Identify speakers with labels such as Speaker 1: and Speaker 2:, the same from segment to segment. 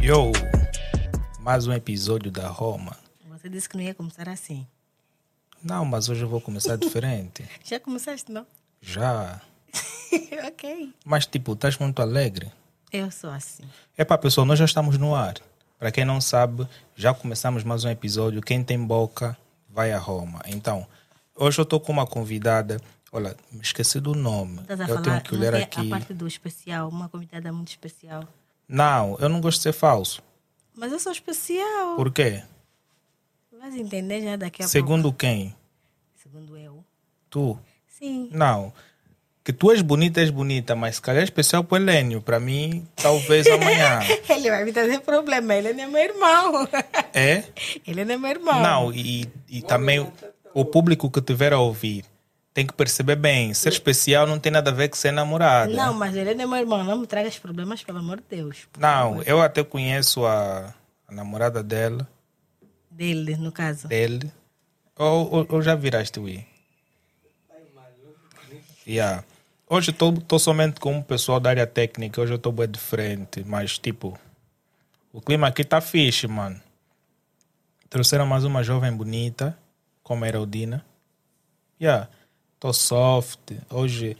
Speaker 1: Yo! Mais um episódio da Roma.
Speaker 2: Você disse que não ia começar assim.
Speaker 1: Não, mas hoje eu vou começar diferente.
Speaker 2: Já começaste, não?
Speaker 1: Já.
Speaker 2: ok.
Speaker 1: Mas tipo, estás muito alegre.
Speaker 2: Eu sou assim.
Speaker 1: Epá, pessoal, nós já estamos no ar. Para quem não sabe, já começamos mais um episódio. Quem tem boca, vai a Roma. Então, hoje eu estou com uma convidada. Olha, me esqueci do nome.
Speaker 2: Estás a
Speaker 1: eu
Speaker 2: falar
Speaker 1: tenho um que
Speaker 2: não
Speaker 1: olhar
Speaker 2: tem
Speaker 1: aqui.
Speaker 2: a parte do especial, uma convidada muito especial.
Speaker 1: Não, eu não gosto de ser falso.
Speaker 2: Mas eu sou especial.
Speaker 1: Por quê?
Speaker 2: Vais entender já daqui a
Speaker 1: Segundo quem?
Speaker 2: pouco. Segundo eu.
Speaker 1: Tu?
Speaker 2: Sim.
Speaker 1: Não. Que tu és bonita, és bonita, mas se calhar é especial para o Helênio. Para mim, talvez amanhã.
Speaker 2: Ele vai me trazer problema. Ele não é meu irmão.
Speaker 1: É?
Speaker 2: Ele não é meu irmão.
Speaker 1: Não, e, e também o público que tiver a ouvir tem que perceber bem. Ser especial não tem nada a ver com ser namorada.
Speaker 2: Não, mas ele não é meu irmão. Não me tragas problemas, pelo amor de Deus.
Speaker 1: Não, eu até conheço a, a namorada dela,
Speaker 2: Dele, no caso.
Speaker 1: dele. Ou, ou, ou já viraste o I? Yeah. Hoje estou somente com o pessoal da área técnica, hoje eu estou bem diferente, mas tipo, o clima aqui tá fixe, mano. Trouxeram mais uma jovem bonita, como a Heraldina. Yeah, tô soft, hoje...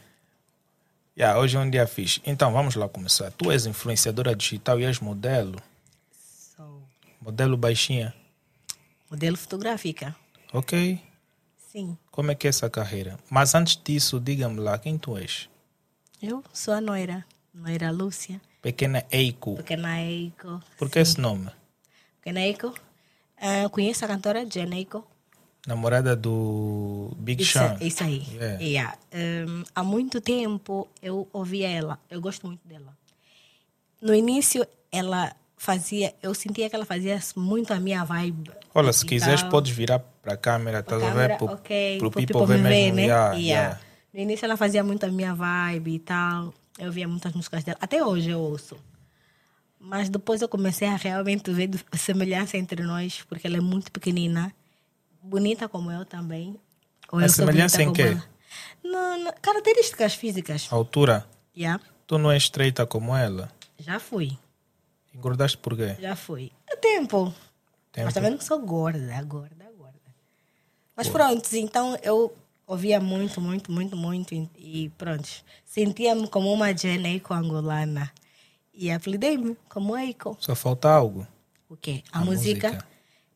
Speaker 1: Yeah, hoje é um dia fixe. Então, vamos lá começar. Tu és influenciadora digital e és modelo?
Speaker 2: Sou
Speaker 1: Modelo baixinha.
Speaker 2: modelo fotográfica.
Speaker 1: Ok.
Speaker 2: Sim.
Speaker 1: Como é que é essa carreira? Mas antes disso, diga-me lá, quem tu és?
Speaker 2: Eu sou a Noira. Noira Lúcia.
Speaker 1: Pequena Eiko.
Speaker 2: Pequena Eiko.
Speaker 1: Por que esse nome?
Speaker 2: Pequena Eiko. Ah, conheço a cantora Jen Eiko.
Speaker 1: Namorada do Big
Speaker 2: Isso,
Speaker 1: Sean.
Speaker 2: isso aí.
Speaker 1: Yeah.
Speaker 2: Yeah. Um, há muito tempo eu ouvia ela. Eu gosto muito dela. No início, ela fazia... Eu sentia que ela fazia muito a minha vibe.
Speaker 1: Olha, se
Speaker 2: e
Speaker 1: quiseres,
Speaker 2: tal.
Speaker 1: podes virar para a câmera, estás a ver?
Speaker 2: câmera,
Speaker 1: Pro,
Speaker 2: ok,
Speaker 1: pro
Speaker 2: pro tipo
Speaker 1: people ver mesmo.
Speaker 2: né?
Speaker 1: Yeah, yeah.
Speaker 2: No início ela fazia muito a minha vibe e tal. Eu via muitas músicas dela. Até hoje eu ouço. Mas depois eu comecei a realmente ver a semelhança entre nós, porque ela é muito pequenina, bonita como eu também. Ou
Speaker 1: A
Speaker 2: eu sou
Speaker 1: semelhança
Speaker 2: bonita
Speaker 1: em
Speaker 2: como
Speaker 1: quê? Oh.
Speaker 2: ela. No- no- características físicas.
Speaker 1: Altura,
Speaker 2: Yeah,
Speaker 1: tu não és estreita como ela.
Speaker 2: já fui,
Speaker 1: Engordaste por quê? um
Speaker 2: já fui. É tempo.
Speaker 1: Tempo.
Speaker 2: Mas tá também não sou gorda, gorda, gorda. Mas pronto, então eu ouvia muito, muito, muito, muito. e- E pronto, sentia-me como uma geneico angolana. E apelidei-me como Eiko.
Speaker 1: Só falta algo.
Speaker 2: O quê? A,
Speaker 1: A
Speaker 2: música.
Speaker 1: música.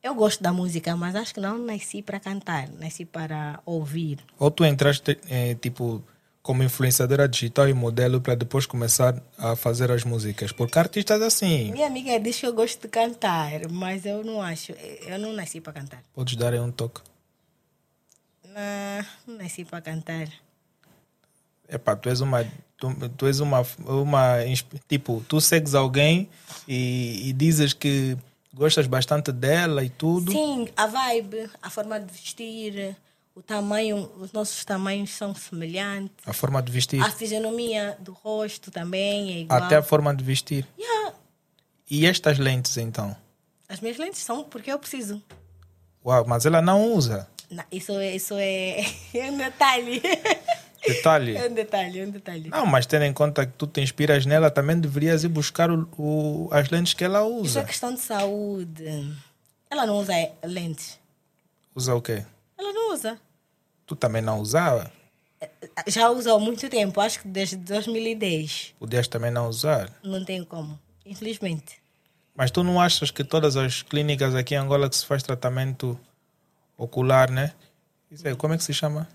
Speaker 2: Eu gosto da música, mas acho que não nasci para cantar, nasci para ouvir.
Speaker 1: Ou tu entraste, eh, tipo, como influenciadora digital e modelo para depois começar a fazer as músicas. Porque artistas assim,
Speaker 2: Minha amiga diz que eu gosto de cantar, mas eu não acho. Eu não nasci para cantar.
Speaker 1: podes dar aí um toque.
Speaker 2: Não, não nasci para cantar.
Speaker 1: Epá, tu és uma. Tu, tu és uma, uma. insp- Tipo, tu segues alguém e, e dizes que gostas bastante dela e tudo.
Speaker 2: Sim, a vibe, a forma de vestir, o tamanho, os nossos tamanhos são semelhantes.
Speaker 1: A forma de vestir.
Speaker 2: A fisionomia do rosto também é igual.
Speaker 1: Até a forma de vestir.
Speaker 2: Yeah,
Speaker 1: E estas lentes então?
Speaker 2: As minhas lentes são porque eu preciso.
Speaker 1: Uau, mas ela não usa.
Speaker 2: Não, isso é, isso é é um detalhe.
Speaker 1: Detalhe.
Speaker 2: É um detalhe, é um detalhe.
Speaker 1: Não, mas tendo em conta que tu te inspiras nela, também deverias ir buscar o, o- as lentes que ela
Speaker 2: Isso é
Speaker 1: usa.
Speaker 2: questão de saúde. Ela não usa eh, lentes.
Speaker 1: Usa o quê?
Speaker 2: Ela não usa.
Speaker 1: Tu também não usava?
Speaker 2: Já usa há muito tempo, acho que desde 2010.
Speaker 1: Podias também não usar.
Speaker 2: Não tem como, infelizmente.
Speaker 1: Mas tu não achas que todas as clínicas aqui em Angola que se faz tratamento ocular, né? Isso aí, como é que se chama?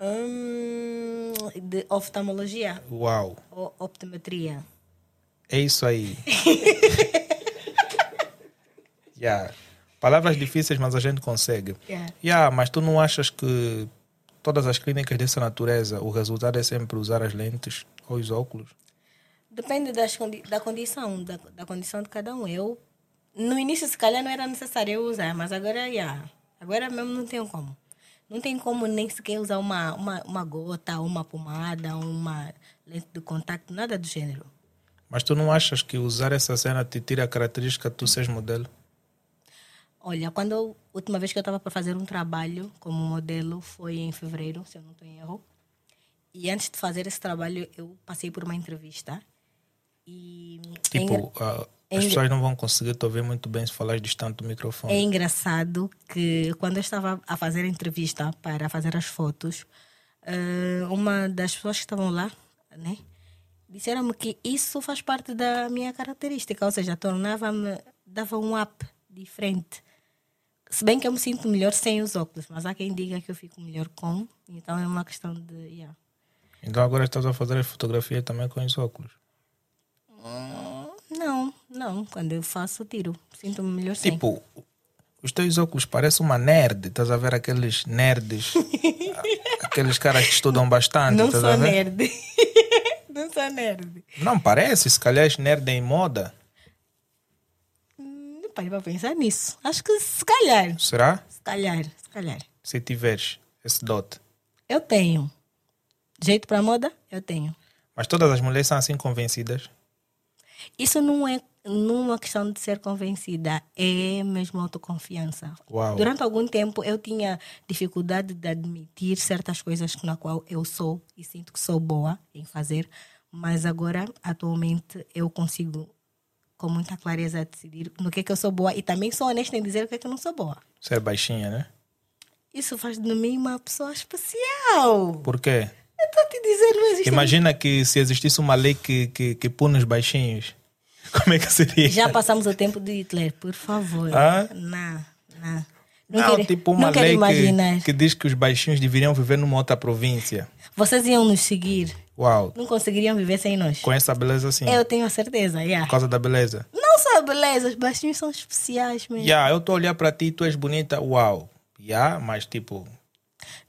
Speaker 2: Hum, de oftalmologia
Speaker 1: Uau,
Speaker 2: ou optometria?
Speaker 1: é isso aí. yeah. Palavras difíceis, mas a gente consegue.
Speaker 2: Yeah.
Speaker 1: Yeah, mas tu não achas que todas as clínicas dessa natureza, o resultado é sempre usar as lentes ou os óculos?
Speaker 2: Depende das condi da condição, da, da condição de cada um. Eu, no início, se calhar, não era necessário eu usar, mas agora, yeah. agora mesmo não tenho como. Não tem como nem sequer usar uma, uma, uma gota, uma pomada, uma lente de contato, nada do gênero.
Speaker 1: Mas tu não achas que usar essa cena te tira a característica de tu seres modelo?
Speaker 2: Olha, quando eu, última vez que eu estava para fazer um trabalho como modelo foi em fevereiro, se eu não estou em erro. E antes de fazer esse trabalho, eu passei por uma entrevista. E é engra-
Speaker 1: Tipo, ah,
Speaker 2: é
Speaker 1: as
Speaker 2: engra-
Speaker 1: pessoas não vão conseguir te ouvir muito bem se falares distante do microfone.
Speaker 2: É engraçado que quando eu estava a fazer a entrevista para fazer as fotos, eh, uma das pessoas que estavam lá, né, disseram-me que isso faz parte da minha característica, ou seja, tornava-me, dava um up diferente. Se bem que eu me sinto melhor sem os óculos, mas há quem diga que eu fico melhor com, então é uma questão de. yeah.
Speaker 1: Então agora estás a fazer as fotografias também com os óculos.
Speaker 2: Não, não, quando eu faço, eu tiro. Sinto-me melhor sem.
Speaker 1: Tipo, os teus óculos parecem uma nerd. Estás a ver aqueles nerds, a- aqueles caras que estudam bastante.
Speaker 2: não
Speaker 1: estás
Speaker 2: sou
Speaker 1: a ver?
Speaker 2: nerd. não sou nerd.
Speaker 1: Não parece, se calhar és nerd em moda.
Speaker 2: Hum, Não parei pra pensar nisso. Acho que se calhar.
Speaker 1: Será?
Speaker 2: Se calhar, se calhar.
Speaker 1: Se tiveres esse dote.
Speaker 2: Eu tenho. Jeito pra moda? Eu tenho.
Speaker 1: Mas todas as mulheres são assim convencidas.
Speaker 2: Isso não é numa questão de ser convencida, é mesmo autoconfiança.
Speaker 1: Uau.
Speaker 2: Durante algum tempo eu tinha dificuldade de admitir certas coisas na qual eu sou e sinto que sou boa em fazer, mas agora, atualmente, eu consigo com muita clareza decidir no que é que eu sou boa e também sou honesta em dizer o que é que eu não sou boa.
Speaker 1: Ser baixinha, né?
Speaker 2: Isso faz de mim uma pessoa especial.
Speaker 1: Por quê?
Speaker 2: Eu estou te dizendo, é não existe. um-
Speaker 1: Imagina que se existisse uma lei que, que, que pune os baixinhos. Como é que seria?
Speaker 2: Já passamos o tempo de Hitler, por favor.
Speaker 1: Hã?
Speaker 2: Não, não. Não,
Speaker 1: Ah? Não,
Speaker 2: quero,
Speaker 1: tipo uma
Speaker 2: não quero
Speaker 1: lei
Speaker 2: imaginar.
Speaker 1: que, que diz que os baixinhos deveriam viver numa outra província.
Speaker 2: Vocês iam nos seguir.
Speaker 1: Uau,
Speaker 2: Não conseguiriam viver sem nós.
Speaker 1: com essa beleza assim.
Speaker 2: Eu tenho a certeza, yeah.
Speaker 1: Por causa da beleza.
Speaker 2: Não só a beleza, os baixinhos são especiais mesmo.
Speaker 1: Yeah, eu estou a olhar para ti, tu és bonita, uau. Yeah, mas tipo,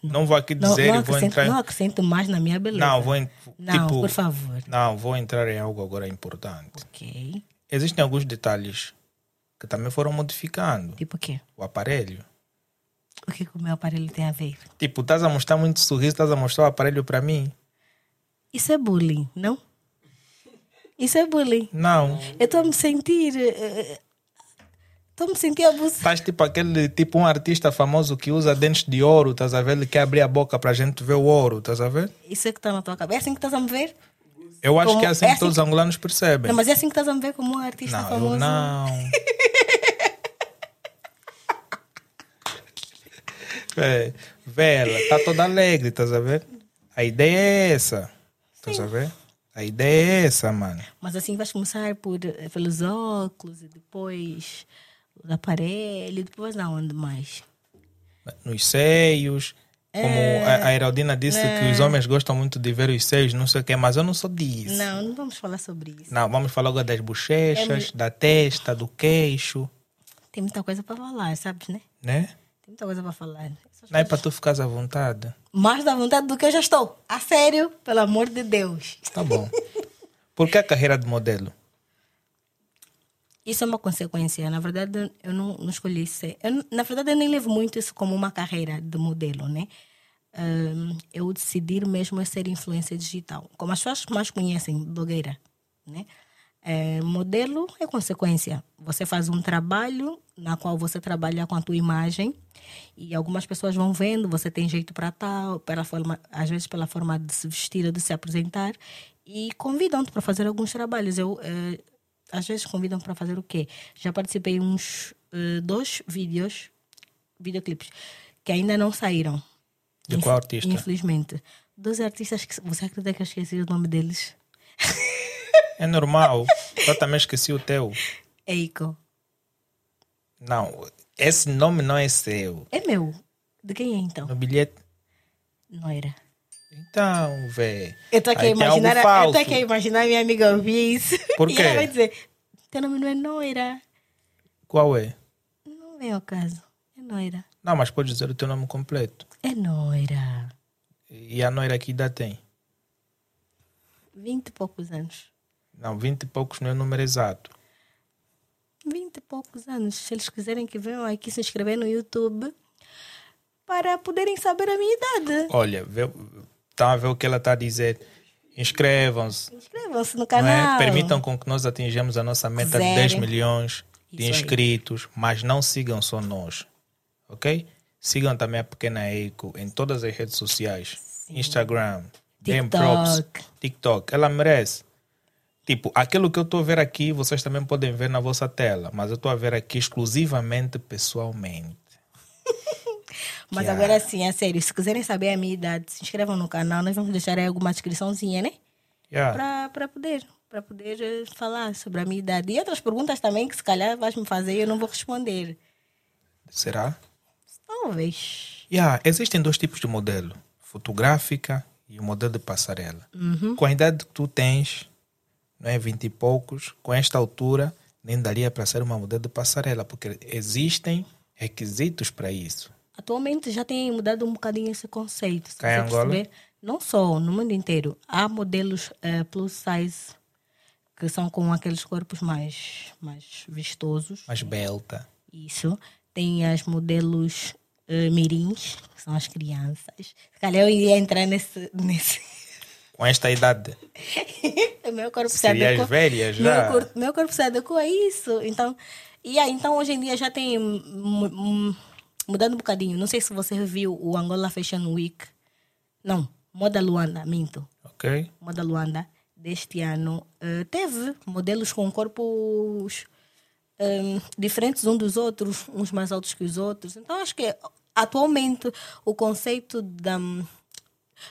Speaker 1: não vou aqui
Speaker 2: Não,
Speaker 1: dizer
Speaker 2: não
Speaker 1: e vou
Speaker 2: acrescento,
Speaker 1: entrar.
Speaker 2: não
Speaker 1: Não,
Speaker 2: acrescento mais na minha beleza.
Speaker 1: vou en-
Speaker 2: Não,
Speaker 1: tipo,
Speaker 2: por favor.
Speaker 1: Não, vou entrar em algo agora importante.
Speaker 2: Ok.
Speaker 1: Existem alguns detalhes que também foram modificando
Speaker 2: Tipo o quê?
Speaker 1: o aparelho.
Speaker 2: O que, que o meu aparelho tem a ver?
Speaker 1: Tipo, estás a mostrar muito sorriso, estás a mostrar o aparelho para mim?
Speaker 2: Isso é bullying, não? Isso é bullying.
Speaker 1: Não.
Speaker 2: Eu estou a me sentir. Estou a me sentir abusada.
Speaker 1: Estás tipo aquele, tipo um artista famoso que usa dentes de ouro, estás a ver? Ele quer abrir a boca para a gente ver o ouro, estás a ver?
Speaker 2: Isso é que está na tua cabeça. É assim que estás a me ver?
Speaker 1: Eu acho
Speaker 2: Como-
Speaker 1: que é assim
Speaker 2: é
Speaker 1: que
Speaker 2: assim
Speaker 1: todos os angolanos percebem.
Speaker 2: Não, mas é assim que estás a me ver como um artista
Speaker 1: Não,
Speaker 2: famoso.
Speaker 1: eu não. é, Vela, tá toda alegre, estás a ver? A ideia é essa. Estás a ver? A ideia é essa, mano.
Speaker 2: Mas assim vais começar por, eh, pelos óculos e depois o aparelho, e depois aonde mais?
Speaker 1: Nos seios. Como a a Heraldina disse que os homens gostam muito de ver os seios, não sei o quê, mas eu não sou disso.
Speaker 2: Não, não vamos falar sobre isso.
Speaker 1: Não, vamos falar agora das bochechas, da testa, do queixo,
Speaker 2: Tem muita coisa para falar, sabes, né?
Speaker 1: né?
Speaker 2: Tem muita coisa para falar. Essas
Speaker 1: Não é para tu ficares à vontade.
Speaker 2: Mais da vontade do que eu já estou. A sério, pelo amor de Deus.
Speaker 1: Tá bom. Por que a carreira de modelo?
Speaker 2: Isso é uma consequência. Na verdade, eu não, não escolhi ser. Eu, não- na verdade, eu nem levo muito isso como uma carreira de modelo, né? Ahm, eu decidir mesmo é ser influência digital. Como as pessoas mais conhecem, blogueira, né? Eh, modelo é consequência. Você faz um trabalho na qual você trabalha com a tua imagem e algumas pessoas vão vendo, você tem jeito para tal, pela forma, às vezes pela forma de se vestir ou de se apresentar e convidam-te para fazer alguns trabalhos. Eu eh, às vezes convidam para fazer o quê? Já participei em uns eh, dois vídeos, videoclipes, que ainda não saíram.
Speaker 1: De qual artista?
Speaker 2: Infelizmente. Dois artistas que. Você acredita que eu esqueci o nome deles?
Speaker 1: É normal. Eu também esqueci o teu.
Speaker 2: Eiko.
Speaker 1: Não, esse nome não é seu.
Speaker 2: É meu. De quem é então?
Speaker 1: No bilhete.
Speaker 2: Não era.
Speaker 1: Então, velho.
Speaker 2: Eu tô aqui a imaginar. Eu tô aqui a imaginar minha amiga ouvir isso.
Speaker 1: Por
Speaker 2: E ela
Speaker 1: quê?
Speaker 2: vai dizer: Teu nome não é Noira.
Speaker 1: Qual é?
Speaker 2: Não é o caso. É Noira.
Speaker 1: Não, mas pode dizer o teu nome completo.
Speaker 2: É Noira.
Speaker 1: E a Noira que idade tem?
Speaker 2: Vinte e poucos anos.
Speaker 1: Não, vinte e poucos não é o número exato.
Speaker 2: vinte e poucos anos. Se eles quiserem que venham aqui se inscrever no YouTube para poderem saber a minha idade.
Speaker 1: Olha, vê- tá a ver o que ela está a dizer. Inscrevam-se.
Speaker 2: Inscrevam-se no
Speaker 1: não é?
Speaker 2: canal.
Speaker 1: Permitam com que nós atingamos a nossa meta de
Speaker 2: Tá, Zero.
Speaker 1: 10 milhões de
Speaker 2: Isso aí.
Speaker 1: inscritos, mas não sigam só nós, ok? Sigam também a Pequena Eco em todas as redes sociais: Instagram, Damn props.
Speaker 2: TikTok.
Speaker 1: TikTok. Ela merece. Tipo, aquilo que eu estou a ver aqui, vocês também podem ver na vossa tela, mas eu estou a ver aqui exclusivamente pessoalmente.
Speaker 2: Mas
Speaker 1: Yeah.
Speaker 2: agora sim, é sério. Se quiserem saber a minha idade, se inscrevam no canal. Nós vamos deixar aí alguma descriçãozinha, né?
Speaker 1: Yeah.
Speaker 2: Pra, pra poder. Pra poder eh, falar sobre a minha idade. E outras perguntas também que se calhar vais me fazer e eu não vou responder.
Speaker 1: Será?
Speaker 2: Talvez.
Speaker 1: Yeah, existem dois tipos de modelo: fotográfica e o modelo de passarela. Com a idade que tu tens, não é? 20 e poucos, com esta altura, nem daria para ser uma modelo de passarela, porque existem requisitos para isso.
Speaker 2: Atualmente já tem mudado um bocadinho esse conceito. Se
Speaker 1: Cá em
Speaker 2: você
Speaker 1: Angola?
Speaker 2: perceber, não só no mundo inteiro. Há modelos eh, plus size que são com aqueles corpos mais, mais vistosos.
Speaker 1: Mas belta.
Speaker 2: Isso. Tem as modelos eh, mirins, que são as crianças. Se calhar eu ia entrar nesse. nesse...
Speaker 1: Com esta idade,
Speaker 2: o meu corpo se
Speaker 1: Seria as
Speaker 2: adequou.
Speaker 1: velhas
Speaker 2: meu,
Speaker 1: já.
Speaker 2: cor- meu corpo se adequou a isso. Então, e aí, então hoje em dia já tem. mu- mu- Mudando um bocadinho, não sei se você viu o Angola Fashion Week. Não, Moda Luanda, minto.
Speaker 1: ok?
Speaker 2: Moda Luanda deste ano eh, teve modelos com corpos ehm, diferentes um dos outros, uns mais altos que os outros. Então acho que atualmente o conceito da, hum,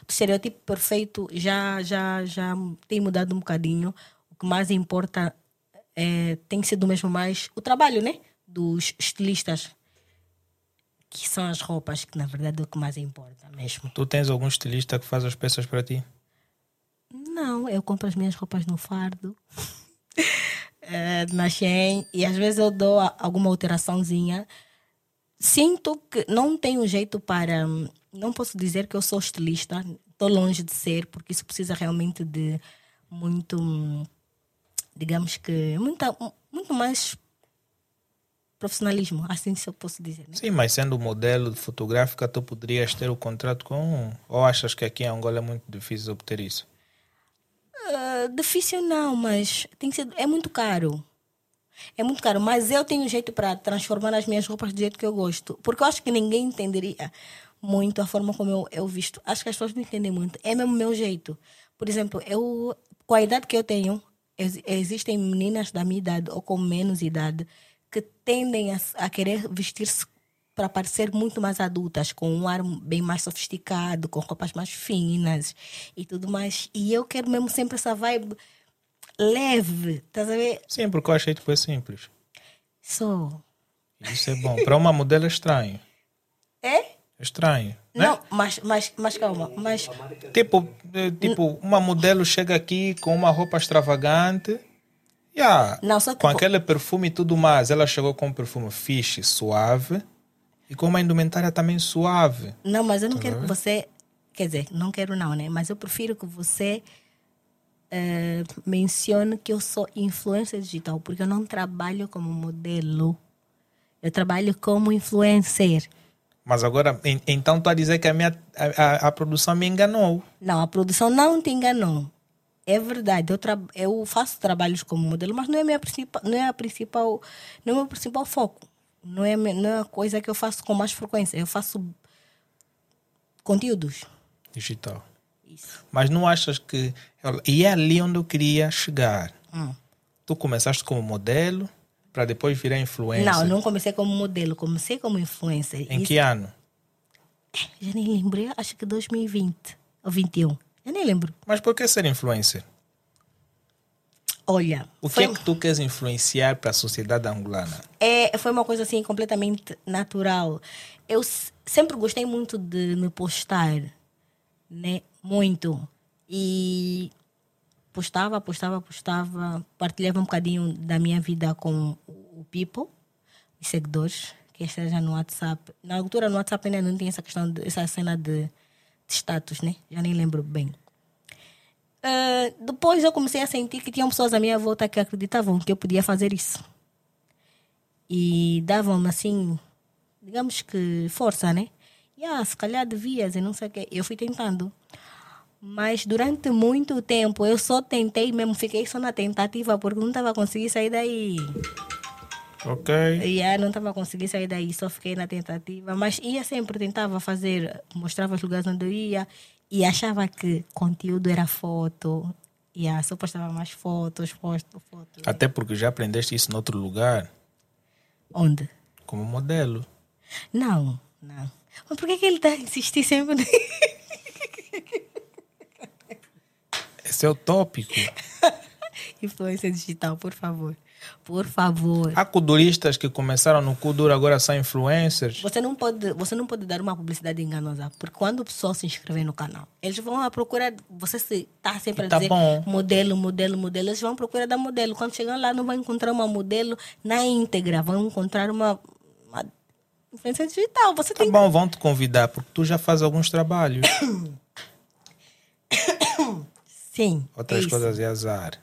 Speaker 2: do estereotipo perfeito já, já, já tem mudado um bocadinho. O que mais importa eh, tem sido mesmo mais o trabalho né? dos estilistas. Que são as roupas que, na verdade, é o que mais importa mesmo.
Speaker 1: Tu tens algum estilista que faz as peças para ti?
Speaker 2: Não, eu compro as minhas roupas no fardo, eh, na Shein, e às vezes eu dou a- alguma alteraçãozinha. Sinto que não tenho jeito para. hum, Não posso dizer que eu sou estilista, estou longe de ser, porque isso precisa realmente de muito. hum, Digamos que. Muita, muito mais profissionalismo, assim se eu posso dizer. Né?
Speaker 1: Sim, mas sendo modelo de fotográfica, tu poderias ter o contrato com um. Ou achas que aqui em Angola é muito difícil obter isso?
Speaker 2: Ah, difícil não, mas tem que ser, é muito caro. É muito caro, mas eu tenho jeito para transformar as minhas roupas do jeito que eu gosto. Porque eu acho que ninguém entenderia muito a forma como eu, eu visto. Acho que as pessoas não entendem muito. É mesmo meu jeito. Por exemplo, eu, com a idade que eu tenho, ex- existem meninas da minha idade ou com menos idade que tendem a, s- a querer vestir-se para parecer muito mais adultas, com um ar bem mais sofisticado, com roupas mais finas e tudo mais. E eu quero mesmo sempre essa vibe leve, estás a ver?
Speaker 1: Sim, porque eu achei que foi simples.
Speaker 2: Só.
Speaker 1: Isso é bom. Para uma modelo é estranho.
Speaker 2: É?
Speaker 1: É Estranho. Né?
Speaker 2: Não, mas, mas, mas calma, mas
Speaker 1: Tipo, eh, tipo, uma modelo chega aqui com uma roupa extravagante. Yeah.
Speaker 2: Não, só tipo, que-
Speaker 1: com aquele perfume e tudo mais. Ela chegou com um perfume fixe, suave. E com uma indumentária também suave.
Speaker 2: não, mas eu não quero que você, quer dizer, não quero não, né? Mas eu prefiro que você eh, mencione que eu sou influencer digital, porque eu não trabalho como modelo. Eu trabalho como influencer.
Speaker 1: Mas agora, en- então tu a dizer que a minha a, a- a produção me enganou.
Speaker 2: Não, a produção não te enganou. É verdade, eu, tra- eu faço trabalhos como modelo, mas não é, minha principal, não é a principal, não é o meu principal foco. Não é, a me- não é a coisa que eu faço com mais frequência. Eu faço conteúdos.
Speaker 1: Digital.
Speaker 2: Isso.
Speaker 1: Mas não achas que. E é ali onde eu queria chegar.
Speaker 2: Hum.
Speaker 1: Tu começaste como modelo, para depois virar influencer.
Speaker 2: Não, não comecei como modelo, comecei como influencer.
Speaker 1: Em
Speaker 2: Isso-
Speaker 1: que ano?
Speaker 2: Já nem lembrei, acho que 2020 ou 21. Eu nem lembro.
Speaker 1: Mas por que ser influencer?
Speaker 2: Olha,
Speaker 1: O que
Speaker 2: foi-
Speaker 1: é que tu queres influenciar para a sociedade angolana?
Speaker 2: É, foi uma coisa assim completamente natural. Eu s- sempre gostei muito de me postar, né? Muito. E postava, postava, postava, partilhava um bocadinho da minha vida com o o people, os seguidores, que seja no WhatsApp. Na altura no WhatsApp ainda não tinha essa questão, de- essa cena de, de status, né? Já nem lembro bem. Ah, depois eu comecei a sentir que tinham pessoas à minha volta que acreditavam que eu podia fazer isso e davam-me assim, digamos que força, né? E ah, se calhar devias e não sei o quê. Eu fui tentando. Mas durante muito tempo eu só tentei mesmo, fiquei só na tentativa porque não estava conseguindo sair daí.
Speaker 1: Ok.
Speaker 2: E ah, não estava conseguindo sair daí, só fiquei na tentativa. Mas ia sempre, tentava fazer, mostrava os lugares onde eu ia. E achava que conteúdo era foto. E yeah, só postava mais fotos, fotos, fotos.
Speaker 1: Até porque já aprendeste isso em outro lugar,
Speaker 2: Onde?
Speaker 1: como modelo.
Speaker 2: Não, não. Mas por que, que ele está a insistir sempre? ne-
Speaker 1: Esse é o tópico.
Speaker 2: Influência digital, por favor. Por favor.
Speaker 1: Há kuduristas que começaram no Kuduro, agora são influencers.
Speaker 2: Você não, pode, você não pode dar uma publicidade enganosa, porque quando o pessoal se inscrever no canal, eles vão à procura. Você se tá sempre a
Speaker 1: Tá
Speaker 2: dizer
Speaker 1: bom.
Speaker 2: modelo, modelo, modelo. Eles vão à procura da modelo. Quando chegar lá, não vão encontrar uma modelo na íntegra, vão encontrar uma, uma influência digital. Você
Speaker 1: Tá
Speaker 2: tem
Speaker 1: bom, vão te convidar, porque tu já faz alguns trabalhos.
Speaker 2: Sim.
Speaker 1: Outras
Speaker 2: isso.
Speaker 1: coisas é azar.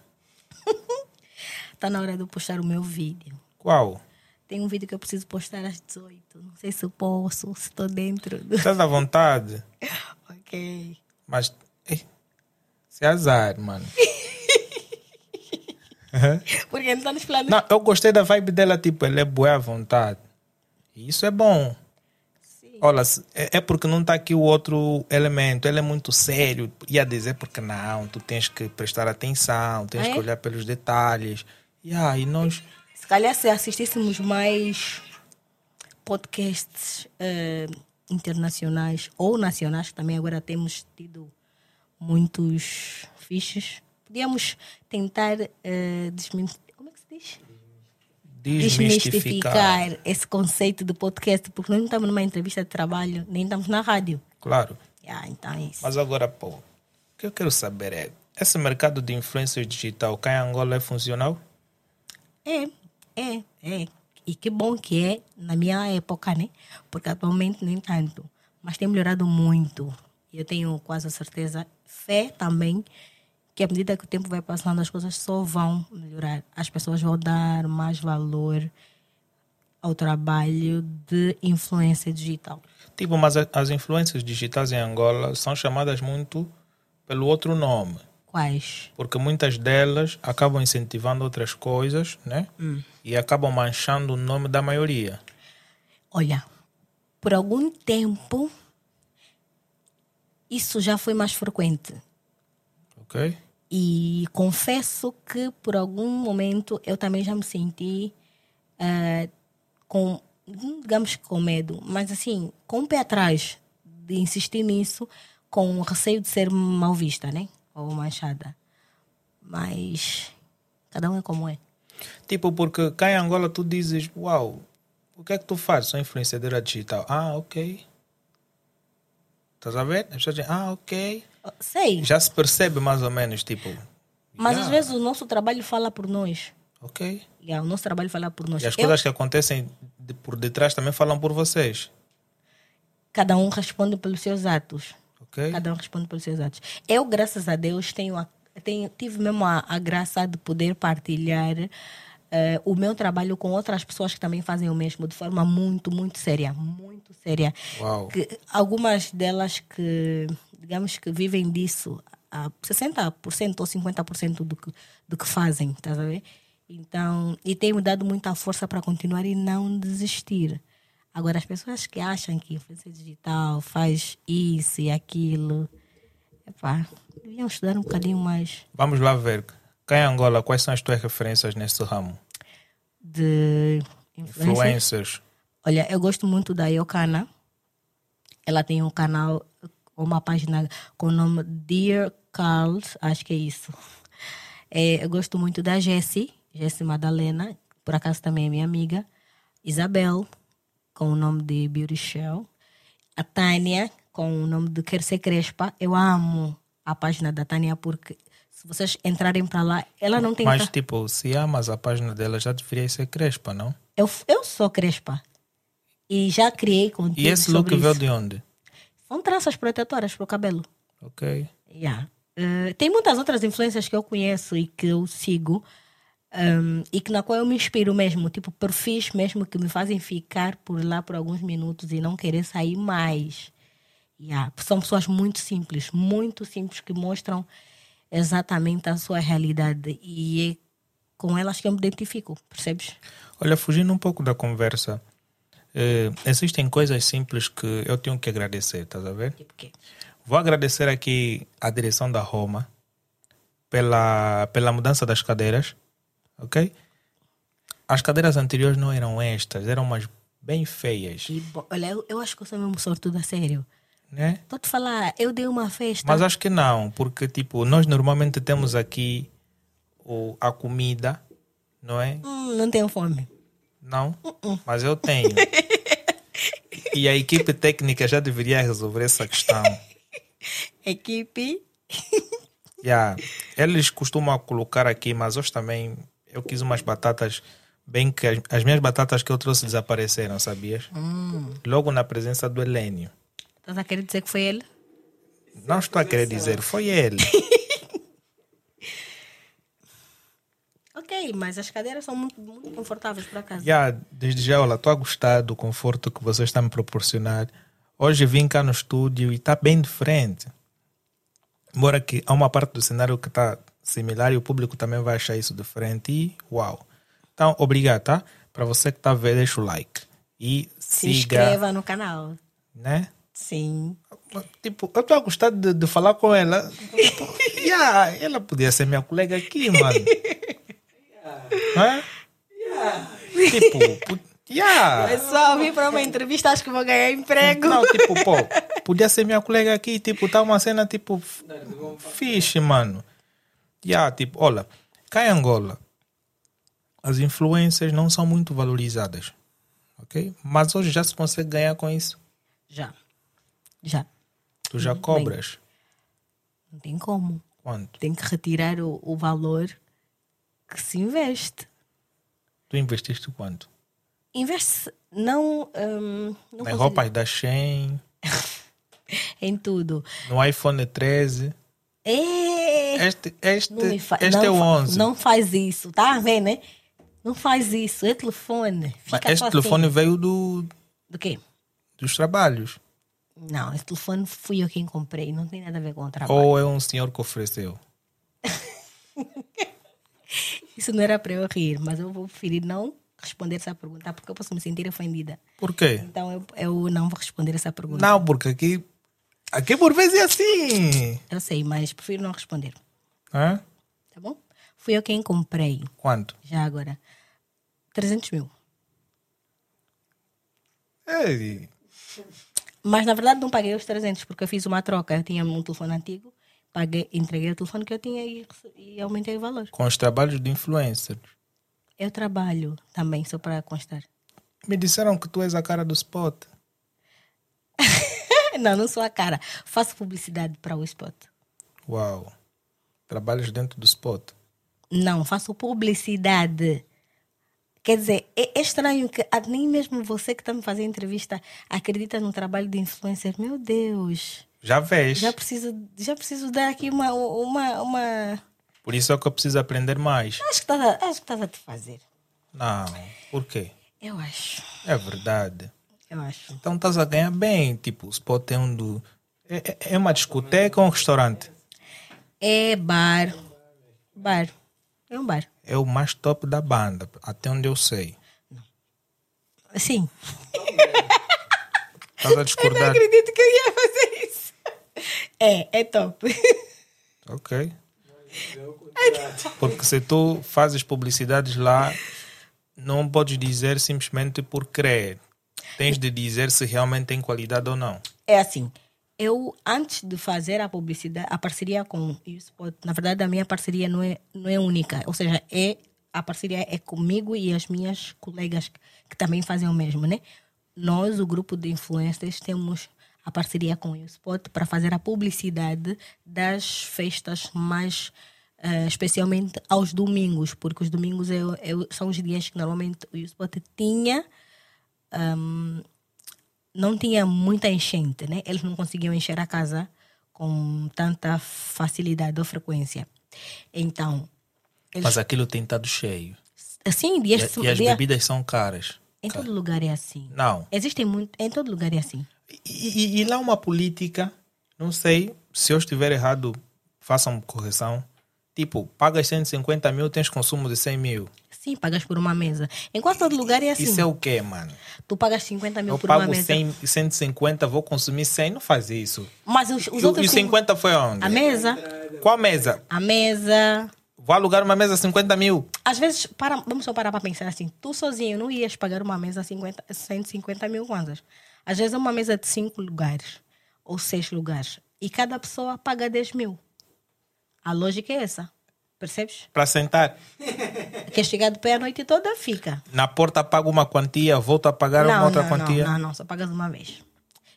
Speaker 2: Tá na hora de eu postar o meu vídeo.
Speaker 1: Qual?
Speaker 2: Tem um vídeo que eu preciso postar às 18. Não sei se eu posso, se estou dentro. Do...
Speaker 1: Estás tá à vontade,
Speaker 2: Ok.
Speaker 1: mas. Ei, Isso é azar, mano.
Speaker 2: Porque não tá nos planos.
Speaker 1: Não, eu gostei da vibe dela, tipo, ela é boa à vontade. E Isso é bom.
Speaker 2: Sim.
Speaker 1: Olha, se- é é porque não está aqui o outro elemento. Ele é muito sério. Ia dizer "É porque não, tu tens que prestar atenção, tens
Speaker 2: Ah, é?
Speaker 1: que olhar pelos detalhes. E aí, nós.
Speaker 2: Se calhar se assistíssemos mais podcasts eh, internacionais ou nacionais, que também agora temos tido muitos fiches, podíamos tentar desmistificar. Como é que se diz?
Speaker 1: Desmistificar.
Speaker 2: esse conceito do podcast, porque nós não estamos numa entrevista de trabalho, nem estamos na rádio.
Speaker 1: Claro.
Speaker 2: Ah, então é isso.
Speaker 1: Mas agora, pô, o que eu quero saber é: esse mercado de influencer digital cá em Angola é funcional?
Speaker 2: É, é, é. E que bom que é na minha época, né? Porque atualmente nem tanto. Mas tem melhorado muito. E Eu tenho quase a certeza, fé também, que à medida que o tempo vai passando, as coisas só vão melhorar. As pessoas vão dar mais valor ao trabalho de influência digital.
Speaker 1: Tipo, mas a- as influências digitais em Angola são chamadas muito pelo outro nome,
Speaker 2: Quais?
Speaker 1: porque muitas delas acabam incentivando outras coisas, né? E acabam manchando o nome da maioria.
Speaker 2: Olha, por algum tempo, isso já foi mais frequente.
Speaker 1: Ok?
Speaker 2: E confesso que por algum momento eu também já me senti ah, com, não digamos que com medo, mas assim, com o pé atrás de insistir nisso, com o receio de ser mal vista, né? Ou manchada. Mas cada um é como é.
Speaker 1: Tipo, porque cá em Angola tu dizes: Uau, o que é que tu fazes? Sou influenciadora digital. Ah, ok. Estás a ver? As pessoas dizem: Ah, ok.
Speaker 2: Ah, Sei,
Speaker 1: Já se percebe mais ou menos, tipo.
Speaker 2: mas
Speaker 1: "Yeah,
Speaker 2: às vezes o nosso trabalho fala por nós.
Speaker 1: Ok.
Speaker 2: Yeah, o nosso trabalho fala por nós.
Speaker 1: E as
Speaker 2: Eu-
Speaker 1: coisas que acontecem de- por detrás também falam por vocês.
Speaker 2: cada um responde pelos seus atos.
Speaker 1: Ok?
Speaker 2: Cada um responde pelos seus atos. Eu, graças a Deus, tenho a- tenho- tive mesmo a, a graça de poder partilhar eh, o meu trabalho com outras pessoas que também fazem o mesmo, de forma muito, muito séria. Muito séria.
Speaker 1: Uau.
Speaker 2: Que algumas delas que, digamos que vivem disso, a 60% ou 50% do que, do que fazem, estás a ver? Então, e tem me dado muita força para continuar e não desistir. Agora, as pessoas que acham que influência digital faz isso e aquilo, epá, deviam estudar um bocadinho mais
Speaker 1: Vamos lá ver. Cá em Angola, quais são as tuas referências nesse ramo?
Speaker 2: de influência.
Speaker 1: Influencers.
Speaker 2: Olha, eu gosto muito da Yokana. Ela tem um canal, uma página com o nome Dear Carl, acho que é isso. É, eu gosto muito da Jessie, Jessie Madalena, por acaso também é minha amiga. Isabel, com o nome de Beauty Shell. A Tânia, com o nome de Quer Ser Crespa. Eu amo a página da Tânia porque se vocês entrarem para lá, ela não tem.
Speaker 1: Mas,
Speaker 2: ca-
Speaker 1: tipo, se amas a página dela, já deveria ser crespa, não?
Speaker 2: Eu, eu sou Crespa. E já criei conteúdo.
Speaker 1: E esse look
Speaker 2: sobre isso.
Speaker 1: veio de onde?
Speaker 2: São tranças protetoras para o cabelo.
Speaker 1: Ok.
Speaker 2: Yeah. Eh, tem muitas outras influências que eu conheço e que eu sigo ehm, e que na qual eu me inspiro mesmo, tipo perfis mesmo que me fazem ficar por lá por alguns minutos e não querer sair mais. Yeah. São pessoas muito simples, muito simples que mostram exatamente a sua realidade e é com elas que eu me identifico, percebes?
Speaker 1: Olha, fugindo um pouco da conversa, eh, existem coisas simples que eu tenho que agradecer, estás a ver?
Speaker 2: Tipo quê?
Speaker 1: Vou agradecer aqui a direção da Roma pela, pela mudança das cadeiras, ok? As cadeiras anteriores não eram estas, eram umas bem feias,
Speaker 2: E, bo- olha, eu, eu acho que eu sou mesmo sortuda, sério.
Speaker 1: né?
Speaker 2: Tô te falar, eu dei uma festa.
Speaker 1: Mas acho que não, porque tipo, nós normalmente temos aqui o, a comida, não é?
Speaker 2: Hum, não tenho fome.
Speaker 1: Não, mas eu tenho. e a equipe técnica já deveria resolver essa questão.
Speaker 2: Equipe.
Speaker 1: Yeah. Eles costumam colocar aqui, mas hoje também eu quis umas batatas bem que as, as minhas batatas que eu trouxe desapareceram, sabias? Logo na presença do Helênio.
Speaker 2: Estás a querer dizer que foi ele?
Speaker 1: Não estou a querer dizer, foi ele.
Speaker 2: Ok, mas as cadeiras são muito, muito confortáveis por acaso.
Speaker 1: Yeah, desde já, olha, estou a gostar do conforto que vocês estão me proporcionar. Hoje vim cá no estúdio e está bem diferente. Embora que há uma parte do cenário que está similar e o público também vai achar isso diferente. E uau! Então, obrigado, tá? Para você que está a ver, deixa o like. E
Speaker 2: Se
Speaker 1: siga,
Speaker 2: inscreva no canal.
Speaker 1: né?
Speaker 2: Sim.
Speaker 1: Tipo, eu estou a gostar de, de falar com ela. Tipo, yeah, ela podia ser minha colega aqui, mano. Não é? Tipo, pu- yeah.
Speaker 2: Pessoal, vim para uma entrevista, acho que vou ganhar emprego.
Speaker 1: Não, tipo, pô, podia ser minha colega aqui, tipo, tá uma cena, tipo, f- fixe, mano. Yeah, tipo, olha, cá em Angola, as influências não são muito valorizadas, ok? Mas hoje já se consegue ganhar com isso.
Speaker 2: Já. Já.
Speaker 1: Tu já
Speaker 2: Uhum.
Speaker 1: cobras.
Speaker 2: Não tem como.
Speaker 1: Quanto?
Speaker 2: Tem que retirar o, o valor que se investe.
Speaker 1: Tu investiste quanto?
Speaker 2: Investe não, hum,
Speaker 1: Nas
Speaker 2: não consigo-
Speaker 1: roupas da Shein,
Speaker 2: em tudo.
Speaker 1: no iPhone 13.
Speaker 2: É,
Speaker 1: Este,
Speaker 2: Não
Speaker 1: este,
Speaker 2: me fa-
Speaker 1: este
Speaker 2: não
Speaker 1: é o
Speaker 2: fa-
Speaker 1: 11.
Speaker 2: Não faz isso, tá vendo, né? Não faz isso, é telefone. Fica
Speaker 1: Mas este
Speaker 2: só assim.
Speaker 1: telefone veio do,
Speaker 2: Do quê?
Speaker 1: dos trabalhos.
Speaker 2: Não, esse telefone fui eu quem comprei, não tem nada a ver com o trabalho.
Speaker 1: Ou é um senhor que ofereceu?
Speaker 2: Isso não era para eu rir, mas eu vou preferir não responder essa pergunta, porque eu posso me sentir ofendida.
Speaker 1: Por quê?
Speaker 2: Então eu, eu não vou responder essa pergunta.
Speaker 1: Não, porque aqui. Aqui por vezes é assim.
Speaker 2: Eu sei, mas prefiro não responder,
Speaker 1: Hã?
Speaker 2: tá bom? Fui eu quem comprei,
Speaker 1: Quanto?
Speaker 2: já agora. 300 mil.
Speaker 1: Ei,
Speaker 2: Mas na verdade não paguei os 300, porque eu fiz uma troca. Eu tinha um telefone antigo, paguei, entreguei o telefone que eu tinha e, rece- e aumentei o valor.
Speaker 1: com os trabalhos de influencer.
Speaker 2: Eu trabalho também, só para constar.
Speaker 1: Me disseram que tu és a cara do spot.
Speaker 2: não, não sou a cara. Faço publicidade para o Spot.
Speaker 1: Uau. Trabalhas dentro do spot.
Speaker 2: Não, faço publicidade. Quer dizer, é, é estranho que a- nem mesmo você que está me fazendo entrevista acredita no trabalho de influencer. Meu Deus,
Speaker 1: Já vês.
Speaker 2: já preciso, já preciso dar aqui uma, uma, uma...
Speaker 1: Por isso é que eu preciso aprender mais.
Speaker 2: Acho que estás a- acho que estás a te fazer.
Speaker 1: Não. Por quê?
Speaker 2: Eu acho,
Speaker 1: É verdade.
Speaker 2: eu acho.
Speaker 1: Então estás a ganhar bem. Tipo, o spot é um do. É, é- é uma discoteca ou um restaurante?
Speaker 2: É bar. Bar. É um bar.
Speaker 1: É o mais top da banda, até onde eu sei.
Speaker 2: Sim.
Speaker 1: Estás a discordar?
Speaker 2: acredito que eu ia fazer isso. É, é top.
Speaker 1: Ok. Porque se tu fazes publicidades lá, não podes dizer simplesmente por crer. Tens de dizer se realmente tem qualidade ou não.
Speaker 2: É assim. Eu, antes de fazer a publicidade, a parceria com o Spot, na verdade, a minha parceria não é, não é única. Ou seja, é, a parceria é comigo e as minhas colegas que, que também fazem o mesmo, né? Nós, o grupo de influencers, temos a parceria com o Spot para fazer a publicidade das festas mais eh, especialmente aos domingos, porque os domingos é o- é o- são os dias que normalmente o Spot tinha não tinha muita enchente, né? Eles não conseguiam encher a casa com tanta facilidade ou frequência. Então, eles,
Speaker 1: Mas aquilo tem estado cheio.
Speaker 2: assim,
Speaker 1: E,
Speaker 2: dias,
Speaker 1: e as
Speaker 2: dia-
Speaker 1: bebidas são caras.
Speaker 2: em todo lugar é assim.
Speaker 1: Não.
Speaker 2: Existem muito, em todo lugar é assim.
Speaker 1: E, e- e lá uma política, não sei, se eu estiver errado, façam correção. Tipo, pagas 150 mil, tens consumo de 100 mil.
Speaker 2: Sim, pagas por uma mesa. Em quase todo lugar é assim.
Speaker 1: Isso é o quê, mano?
Speaker 2: Tu pagas 50 mil
Speaker 1: Eu
Speaker 2: por uma
Speaker 1: pago
Speaker 2: mesa.
Speaker 1: 100, 150, vou consumir 100, não faz isso.
Speaker 2: Mas os, os
Speaker 1: E o-
Speaker 2: outros.
Speaker 1: e os 50 foi onde?
Speaker 2: A mesa.
Speaker 1: Qual mesa?
Speaker 2: A mesa.
Speaker 1: Vou alugar uma mesa 50 mil.
Speaker 2: Às vezes, para, vamos só parar para pensar assim, tu sozinho não ias pagar uma mesa 50, 150 mil kwanzas. Às vezes é uma mesa de cinco lugares ou seis lugares e cada pessoa paga 10 mil. A lógica é essa, percebes?
Speaker 1: Para sentar.
Speaker 2: Quer chegar de pé a noite toda, fica.
Speaker 1: Na porta pago uma quantia, volto a pagar uma outra
Speaker 2: não,
Speaker 1: quantia.
Speaker 2: Não, não, não, só pagas uma vez.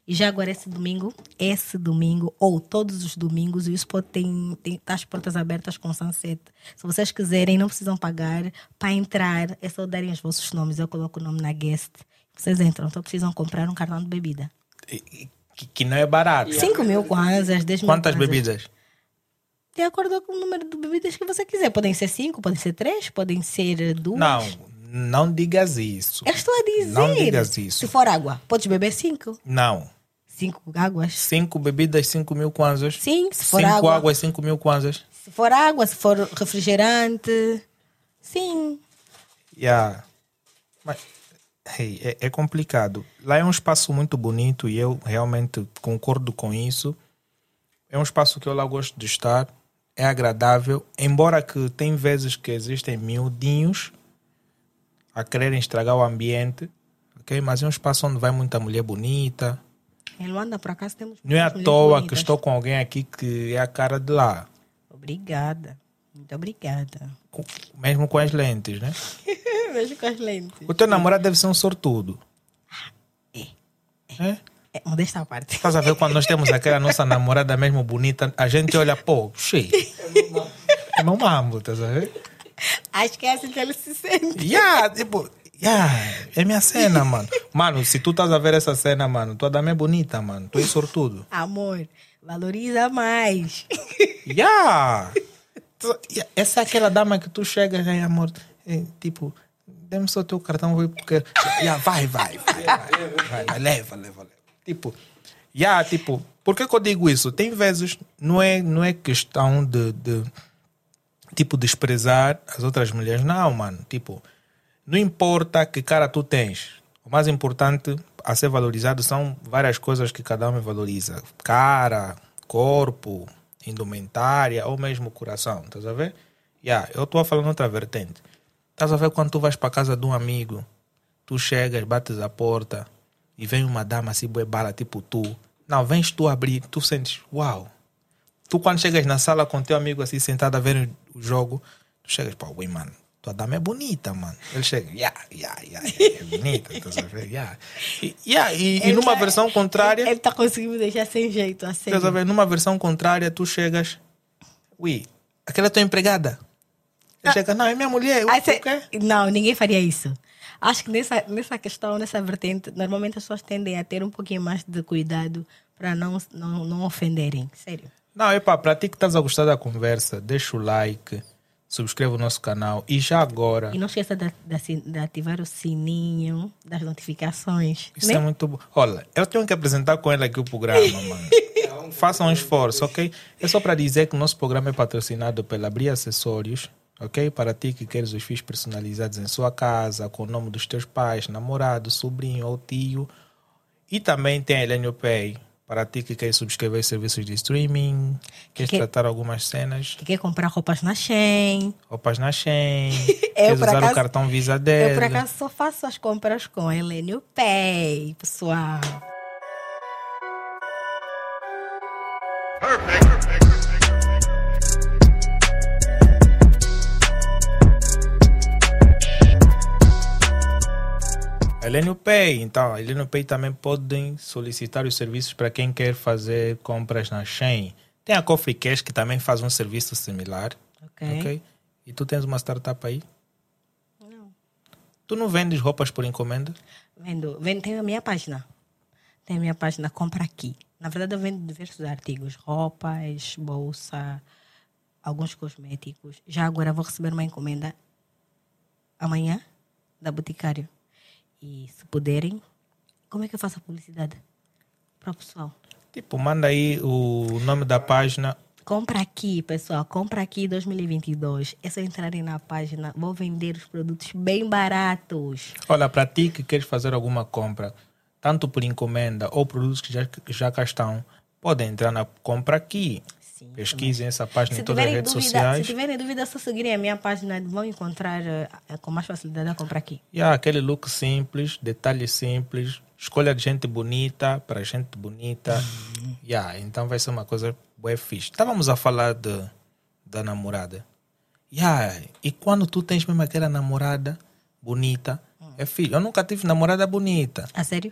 Speaker 2: E já agora esse domingo, esse domingo, ou todos os domingos, o Spot tem, tem tá as portas abertas com sunset. Se vocês quiserem, não precisam pagar. Para entrar, é só darem os vossos nomes. Eu coloco o nome na guest. Vocês entram, só precisam comprar um cartão de bebida.
Speaker 1: E- e- Que, que não é barato.
Speaker 2: 5 mil kwanzas, 10 mil
Speaker 1: Quantas
Speaker 2: kwanzas.
Speaker 1: bebidas?
Speaker 2: De acordo com o número de bebidas que você quiser. Podem ser cinco, podem ser três, podem ser duas. É.
Speaker 1: Não, não digas isso.
Speaker 2: Eu estou a dizer.
Speaker 1: Não digas isso.
Speaker 2: Se for água, podes beber cinco.
Speaker 1: Não.
Speaker 2: Cinco águas.
Speaker 1: Cinco bebidas, 5 mil kwanzas.
Speaker 2: Sim, se for
Speaker 1: Cinco
Speaker 2: água.
Speaker 1: águas, 5 mil kwanzas.
Speaker 2: Se for água, se for refrigerante. Sim.
Speaker 1: Yeah. Mas, hey, é, é complicado. Lá é um espaço muito bonito e eu realmente concordo com isso. É um espaço que eu lá gosto de estar. É agradável, embora que tem vezes que existem miudinhos a quererem estragar o ambiente, ok? Mas é um espaço onde vai muita mulher bonita.
Speaker 2: Em Luanda, por acaso, temos.
Speaker 1: Não é à
Speaker 2: muitas mulheres
Speaker 1: toa que
Speaker 2: bonitas.
Speaker 1: estou com alguém aqui que é a cara de lá.
Speaker 2: Obrigada. Muito obrigada.
Speaker 1: Com- mesmo com as lentes, né?
Speaker 2: Vejo com as lentes.
Speaker 1: O teu namorado deve ser um sortudo. É?
Speaker 2: É, modesta à parte.
Speaker 1: Estás a ver quando nós temos aquela nossa namorada mesmo bonita, a gente olha, pô, xi. É meu mambo, estás a ver?
Speaker 2: Acho que é assim que ele se sente.
Speaker 1: Yeah, tipo, yeah, é minha cena, mano. Mano, se tu estás a ver essa cena, mano, tua dama é bonita, mano. Tu é sortudo.
Speaker 2: Amor, valoriza mais.
Speaker 1: Yeah! Tu- yeah, Essa é aquela dama que tu chegas aí, amor, é, tipo, dê-me só o teu cartão, vou porque. Yeah, vai, vai, vai, vai, vai, vai, leva, leva, leva. Tipo, yeah, tipo, por que, que eu digo isso? Tem vezes, não é, não é questão de, de, tipo, desprezar as outras mulheres, não, mano. Tipo, não importa que cara tu tens, o mais importante a ser valorizado são várias coisas que cada homem valoriza: cara, corpo, indumentária ou mesmo coração. Estás a ver? Yeah, eu estou a falar noutra vertente. Estás a ver quando tu vais para casa de um amigo, tu chegas, bates a porta e vem uma dama assim, bué bala, tipo tu. Não, vens tu abrir, tu sentes, uau. Tu quando chegas na sala com teu amigo assim, sentado a ver o jogo, tu chegas, pá, ui, mano, tua dama é bonita, mano. Ele chega, yeah, yeah, yeah, yeah, é bonita, estás a ver, yeah. E, yeah, e, e
Speaker 2: Ele
Speaker 1: numa
Speaker 2: tá-
Speaker 1: versão contrária...
Speaker 2: Ele tá conseguindo me deixar sem jeito, assim.
Speaker 1: Estás a ver? Numa versão contrária, tu chegas. Ui, aquela é tua empregada. Ele chega, não, é minha mulher.
Speaker 2: Ah. Aí
Speaker 1: o
Speaker 2: cê-
Speaker 1: quê?
Speaker 2: Não, ninguém faria isso. Acho que nessa, nessa questão, nessa vertente, normalmente as pessoas tendem a ter um pouquinho mais de cuidado para não, não, não ofenderem. Sério.
Speaker 1: Não, epá, para ti que estás a gostar da conversa, deixa o like, subscreve o nosso canal. E já agora,
Speaker 2: E não esqueça de, de assi- de ativar o sininho das notificações.
Speaker 1: isso
Speaker 2: né?
Speaker 1: é muito bom. Olha, eu tenho que apresentar com ele aqui o programa, mano. Façam um esforço, ok? É só para dizer que o nosso programa é patrocinado pela Abrir Acessórios, ok? Para ti que queres os fios personalizados em sua casa, com o nome dos teus pais, namorado, sobrinho ou tio. E também tem a Elenio Pay, para ti que queres subscrever os serviços de streaming, queres
Speaker 2: Que-
Speaker 1: tratar algumas cenas,
Speaker 2: Que quer comprar roupas na Shein.
Speaker 1: roupas na Shein,
Speaker 2: É, Eu,
Speaker 1: queres
Speaker 2: por
Speaker 1: usar o
Speaker 2: acaso-
Speaker 1: cartão Visa
Speaker 2: Eu, por
Speaker 1: dela.
Speaker 2: acaso, só faço as compras com a Helene Pay, pessoal.
Speaker 1: Elenio Pay, então, Elenio Pay também podem solicitar os serviços para quem quer fazer compras na Shein. Tem a Coffee Cash que também faz um serviço similar,
Speaker 2: Ok?
Speaker 1: ok? E tu tens uma startup aí?
Speaker 2: Não.
Speaker 1: Tu não vendes roupas por encomenda?
Speaker 2: Vendo, vendo, tem a minha página. Tem a minha página Compra Aqui. Na verdade, eu vendo diversos artigos. Roupas, bolsa, alguns cosméticos. Já agora vou receber uma encomenda amanhã da Boticário. E se puderem, como é que eu faço a publicidade? Para o pessoal.
Speaker 1: Tipo, manda aí o nome da página,
Speaker 2: Compra aqui, pessoal. Compra aqui 2022. É só entrarem na página. Vou vender os produtos bem baratos.
Speaker 1: Olha, para ti que queres fazer alguma compra, tanto por encomenda ou produtos que já, que já cá estão, podem entrar na compra aqui.
Speaker 2: Sim,
Speaker 1: Pesquisem essa página
Speaker 2: Se
Speaker 1: em todas as
Speaker 2: tiverem,
Speaker 1: redes
Speaker 2: dúvida, se
Speaker 1: sociais.
Speaker 2: tiverem dúvida, só seguirem a minha página. Vão encontrar eh, com mais facilidade a compra aqui.
Speaker 1: E há aquele look simples, detalhes simples, escolha de gente bonita para gente bonita. Yeah, então vai ser uma coisa bué fixe. Estávamos a falar de, da namorada. Yeah, e quando tu tens mesmo aquela namorada bonita, é filho. Eu nunca tive namorada bonita.
Speaker 2: A sério?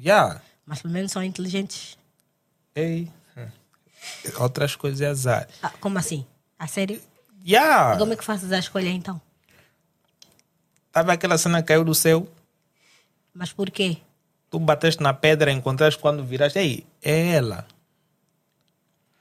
Speaker 1: Yeah.
Speaker 2: Mas pelo menos são inteligentes.
Speaker 1: Ei. hum. Outras coisas é azar.
Speaker 2: Ah, como assim? A sério?
Speaker 1: Yeah.
Speaker 2: Como é que fazes a escolha então?
Speaker 1: Tava aquela cena que caiu do céu.
Speaker 2: Mas por quê?
Speaker 1: Tu bateste na pedra, encontraste quando viraste. Ei, é ela.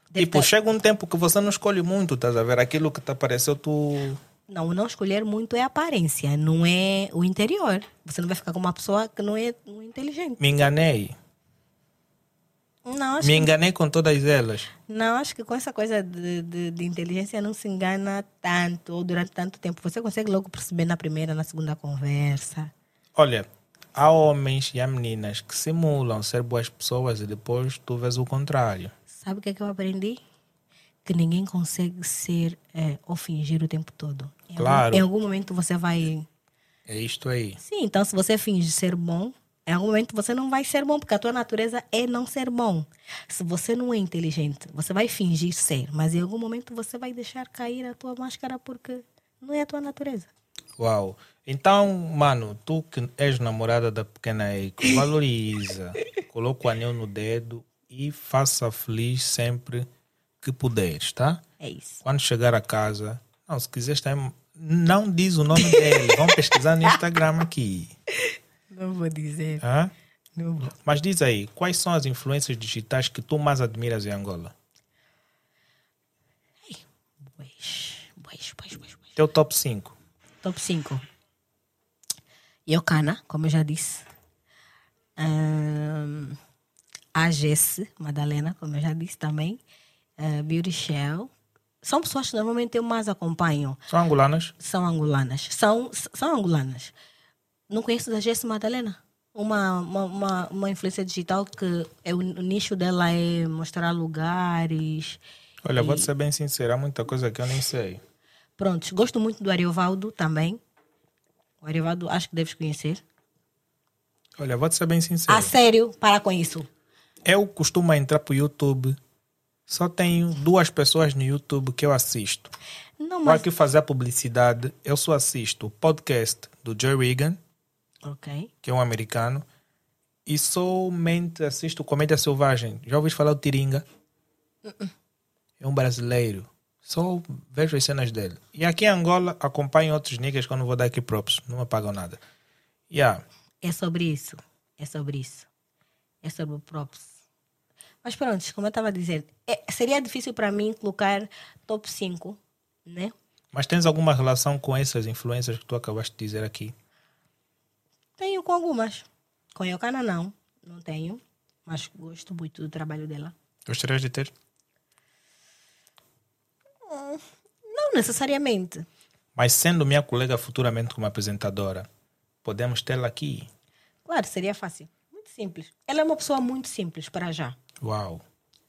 Speaker 2: Deve
Speaker 1: tipo,
Speaker 2: tá-
Speaker 1: chega um tempo que você não escolhe muito, estás a ver? Aquilo que te apareceu, tu.
Speaker 2: Não, o não escolher muito é a aparência, não é o interior. Você não vai ficar com uma pessoa que não é não é inteligente.
Speaker 1: Me enganei.
Speaker 2: Não, acho,
Speaker 1: Me enganei com todas elas.
Speaker 2: não, acho que com essa coisa de, de, de inteligência não se engana tanto ou durante tanto tempo. Você consegue logo perceber na primeira, na segunda conversa.
Speaker 1: Olha, há homens e há meninas que simulam ser boas pessoas e depois tu vês o contrário.
Speaker 2: Sabe o que, é que eu aprendi? Que ninguém consegue ser é, ou fingir o tempo todo. Em algum-
Speaker 1: Claro.
Speaker 2: em algum momento você vai
Speaker 1: É isto aí.
Speaker 2: Sim, então se você finge ser bom, em algum momento você não vai ser bom, porque a tua natureza é não ser bom. Se você não é inteligente, você vai fingir ser, mas em algum momento você vai deixar cair a tua máscara porque não é a tua natureza.
Speaker 1: Uau. Então, mano, tu que és namorada da pequena Eiko, valoriza. Coloca o anel no dedo e faça feliz sempre que puderes, tá?
Speaker 2: É isso.
Speaker 1: quando chegar a casa, não, se quiser estar, em- não diz o nome dele, vão pesquisar no Instagram aqui.
Speaker 2: Não vou dizer.
Speaker 1: hã?
Speaker 2: Não vou.
Speaker 1: Mas diz aí, quais são as influências digitais que tu mais admiras em Angola?
Speaker 2: Bois, bois, bois, bois, bois.
Speaker 1: Teu top 5.
Speaker 2: Top 5. Yokana, como eu já disse. Ahn, a Jess, Madalena, como eu já disse também. Ah, Beauty Shell. São pessoas que normalmente eu mais acompanho.
Speaker 1: São angolanas?
Speaker 2: São angolanas. São, são angolanas. Não conheço da Jess Madalena? Uma, uma, uma, uma influência digital que é, o, o nicho dela é mostrar lugares.
Speaker 1: Olha, vou te ser bem sincera, há muita coisa que eu nem sei.
Speaker 2: Prontos, gosto muito do Ariovaldo também. O Ariovaldo acho que deves conhecer.
Speaker 1: Olha, vou te ser bem
Speaker 2: A
Speaker 1: sincero.
Speaker 2: sério, para com isso.
Speaker 1: Eu costumo entrar pro YouTube, só tenho duas pessoas no YouTube que eu assisto.
Speaker 2: Não,
Speaker 1: Para
Speaker 2: mas.
Speaker 1: que fazer a publicidade, eu só assisto o podcast do Joe Regan,
Speaker 2: Ok.
Speaker 1: que é um americano, e somente assisto Comédia Selvagem. Já ouviste falar do Tiringa? É um brasileiro. Só vejo as cenas dele. E aqui em Angola, acompanho outros niggas que eu não vou dar aqui props. Não me pagam nada. Yeah.
Speaker 2: É sobre isso. É sobre isso. É sobre o props. Mas pronto, como eu estava dizendo, é- seria difícil para mim colocar top 5, né?
Speaker 1: Mas tens alguma relação com essas influências que tu acabaste de dizer aqui?
Speaker 2: Tenho com algumas. Com Yokana, não. Não tenho. Mas gosto muito do trabalho dela.
Speaker 1: Gostarias de ter?
Speaker 2: Não necessariamente.
Speaker 1: Mas sendo minha colega futuramente como apresentadora, podemos tê-la aqui?
Speaker 2: Claro, seria fácil. Muito simples. Ela é uma pessoa muito simples para já.
Speaker 1: Uau.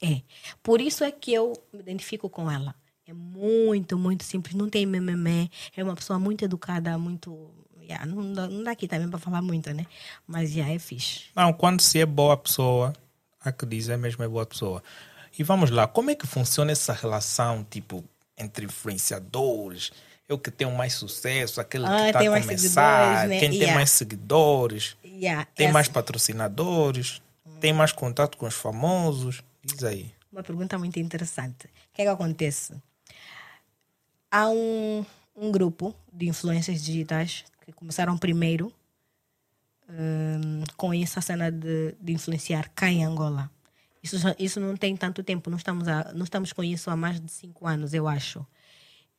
Speaker 2: É. Por isso é que eu me identifico com ela. É muito, muito simples. Não tem mememé. É uma pessoa muito educada, muito. Yeah, não, dá, não dá aqui também para falar muito, né? Mas já é fixe.
Speaker 1: Não, quando se é boa pessoa, há que dizer mesmo é boa pessoa. E vamos lá, como é que funciona essa relação, tipo, entre influenciadores? Eu que tenho mais sucesso, aquele que
Speaker 2: Ah,
Speaker 1: está
Speaker 2: tem
Speaker 1: a
Speaker 2: mais
Speaker 1: começar,
Speaker 2: seguidores, né?
Speaker 1: quem tem
Speaker 2: Yeah.
Speaker 1: mais seguidores,
Speaker 2: Yeah,
Speaker 1: tem
Speaker 2: essa-
Speaker 1: mais patrocinadores, tem mais contato com os famosos. Diz aí.
Speaker 2: Uma pergunta muito interessante. O que é que acontece? Há um, um grupo de influências digitais que começaram primeiro hum, com essa cena de, de influenciar cá em Angola. Isso, já- isso não tem tanto tempo, não estamos, a, não estamos com isso há mais de cinco anos, eu acho.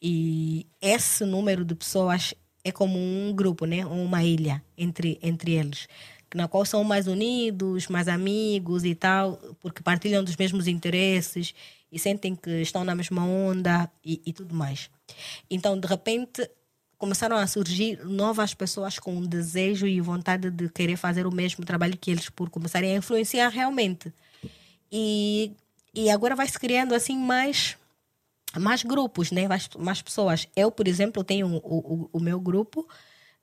Speaker 2: E esse número de pessoas é como um grupo, né? uma ilha entre, entre eles, na qual são mais unidos, mais amigos e tal, porque partilham dos mesmos interesses e sentem que estão na mesma onda e, e tudo mais. Então, de repente, começaram a surgir novas pessoas com um desejo e vontade de querer fazer o mesmo trabalho que eles, por começarem a influenciar realmente. E, e agora vai se criando assim mais mais grupos, né? mais, mais pessoas. Eu, por exemplo, tenho o, o, o meu grupo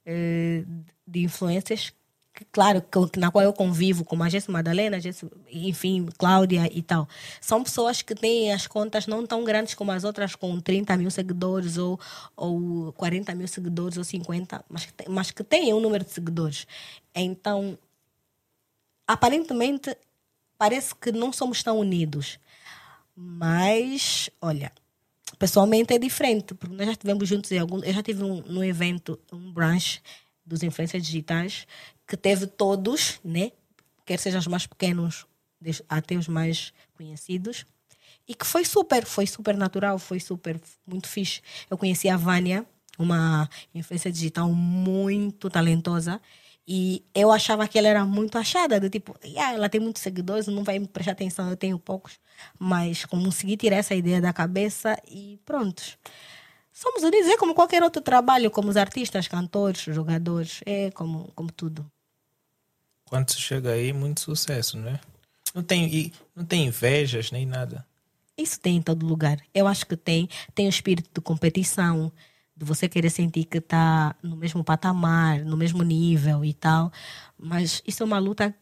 Speaker 2: eh, de influências, que, claro, que, na qual eu convivo, como a Jéssica Madalena, a Jéssica, enfim, Cláudia e tal. São pessoas que têm as contas não tão grandes como as outras, com 30 mil seguidores ou, ou 40 mil seguidores ou 50, mas que, mas que têm um número de seguidores. Então, aparentemente, parece que não somos tão unidos. Mas, olha, pessoalmente é diferente, porque nós já estivemos juntos em algum. Eu já tive um, um evento, um brunch dos influencers digitais, que teve todos, né? Quer sejam os mais pequenos até os mais conhecidos. E que foi super, foi super natural, foi super, muito fixe. Eu conheci a Vânia, uma influência digital muito talentosa. E eu achava que ela era muito achada, do tipo, yeah, ela tem muitos seguidores, não vai me prestar atenção, eu tenho poucos. Mas consegui tirar essa ideia da cabeça e pronto. Somos unidos, é como qualquer outro trabalho, como os artistas, cantores, jogadores, é como, como tudo.
Speaker 1: Quando você chega aí, muito sucesso, não é? Não tem, não tem invejas nem nada.
Speaker 2: Isso tem em todo lugar. Eu acho que tem. Tem o espírito de competição, de você querer sentir que está no mesmo patamar, no mesmo nível e tal. Mas isso é uma luta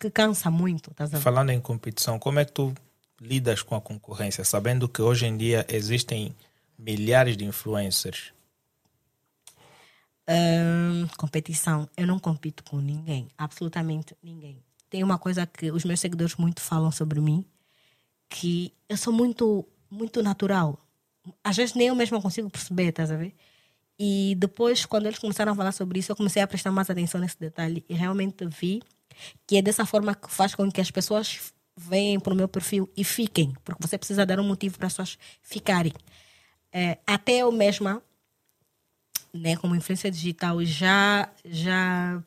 Speaker 2: que cansa muito. Tá
Speaker 1: Falando em competição, como é que tu lidas com a concorrência, sabendo que hoje em dia existem milhares de influencers?
Speaker 2: Hum, competição, eu não compito com ninguém, absolutamente ninguém. Tem uma coisa que os meus seguidores muito falam sobre mim, que eu sou muito, muito natural, às vezes nem eu mesma consigo perceber, estás a ver? E depois, quando eles começaram a falar sobre isso, eu comecei a prestar mais atenção nesse detalhe e realmente vi que é dessa forma que faz com que as pessoas venham para o meu perfil e fiquem, porque você precisa dar um motivo para as pessoas ficarem. É, até eu mesma, né, como influência digital, já. já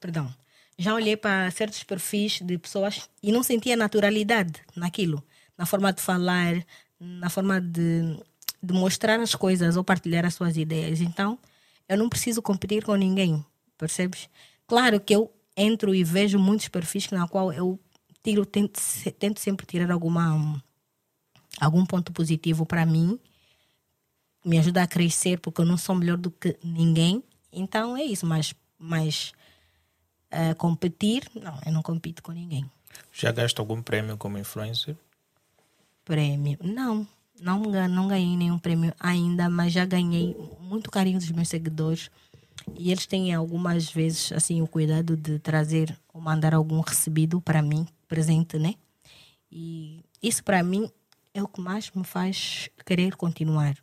Speaker 2: perdão. Já olhei para certos perfis de pessoas e não sentia naturalidade naquilo na forma de falar, na forma de, de, mostrar as coisas ou partilhar as suas ideias. Então, eu não preciso competir com ninguém, percebes? Claro que eu entro e vejo muitos perfis na qual eu tiro tento, tento sempre tirar alguma algum ponto positivo para mim, me ajuda a crescer porque eu não sou melhor do que ninguém. Então é isso, mas mas uh, competir, não, eu não compito com ninguém.
Speaker 1: Já gasta algum prêmio como influencer?
Speaker 2: prêmio. Não, não, não ganhei nenhum prêmio ainda, mas já ganhei muito carinho dos meus seguidores. E eles têm algumas vezes assim o cuidado de trazer ou mandar algum recebido para mim, presente, né? E isso para mim é o que mais me faz querer continuar.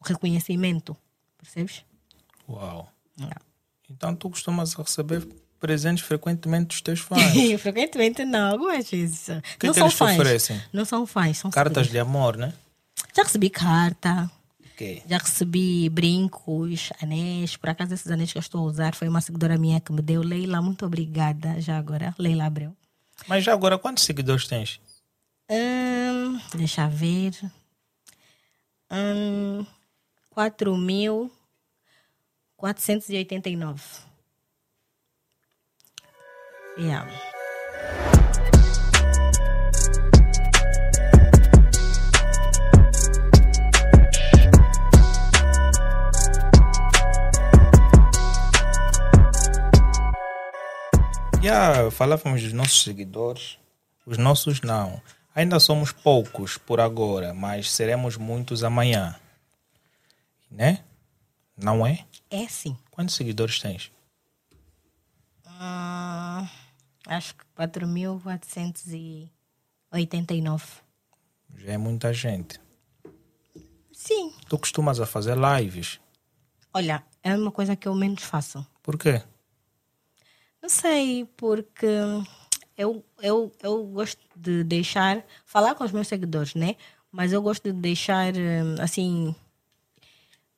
Speaker 2: O reconhecimento, percebes?
Speaker 1: Uau. Não. Então tu costumas receber presentes frequentemente dos teus fãs.
Speaker 2: frequentemente não, né, algumas vezes.
Speaker 1: Que que
Speaker 2: não são
Speaker 1: eles te
Speaker 2: fãs.
Speaker 1: oferecem?
Speaker 2: Não são fãs, são
Speaker 1: Cartas de
Speaker 2: seguidores.
Speaker 1: amor, né?
Speaker 2: Já recebi carta,
Speaker 1: Ok.
Speaker 2: já recebi brincos, anéis. Por acaso esses anéis que eu estou a usar foi uma seguidora minha que me deu. Leila, muito obrigada. Já agora, Leila Abreu.
Speaker 1: Mas já agora, quantos seguidores tens?
Speaker 2: Hum, deixa eu ver. Hum, 4.489. Yeah.
Speaker 1: Já falávamos dos nossos seguidores. Os nossos não. Ainda somos poucos por agora, mas seremos muitos amanhã. Né? Não é?
Speaker 2: É sim.
Speaker 1: Quantos seguidores tens?
Speaker 2: Hum, acho que 4.489.
Speaker 1: Já é muita gente.
Speaker 2: Sim.
Speaker 1: Tu costumas a fazer lives.
Speaker 2: Olha, é uma coisa que eu menos faço.
Speaker 1: Por quê?
Speaker 2: Não sei, porque eu, eu, eu gosto de deixar. Falar com os meus seguidores, né? Mas eh, eu gosto de deixar, hum, assim.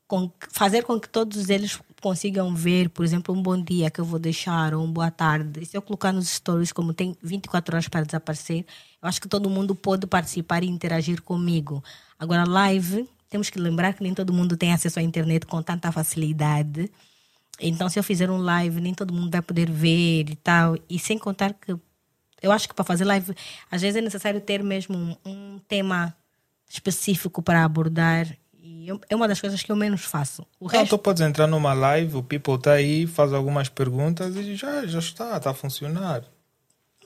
Speaker 2: com que- fazer com que todos eles consigam ver, por exemplo, um bom dia que eu vou deixar, ou uma boa tarde. Se eu colocar nos stories, como tem 24 horas para desaparecer, eu acho que todo mundo pode participar e interagir comigo. Agora, live, temos que lembrar que nem todo mundo tem acesso à internet com tanta facilidade. Então, se eu fizer um live, nem todo mundo vai poder ver e tal. E sem contar que eu acho que para fazer live, às vezes é necessário ter mesmo um, um tema específico para abordar. E eu- é uma das coisas que eu menos faço. O
Speaker 1: Não,
Speaker 2: resto,
Speaker 1: Então, tu podes entrar numa live, o people está aí, faz algumas perguntas e já, já está, está a funcionar.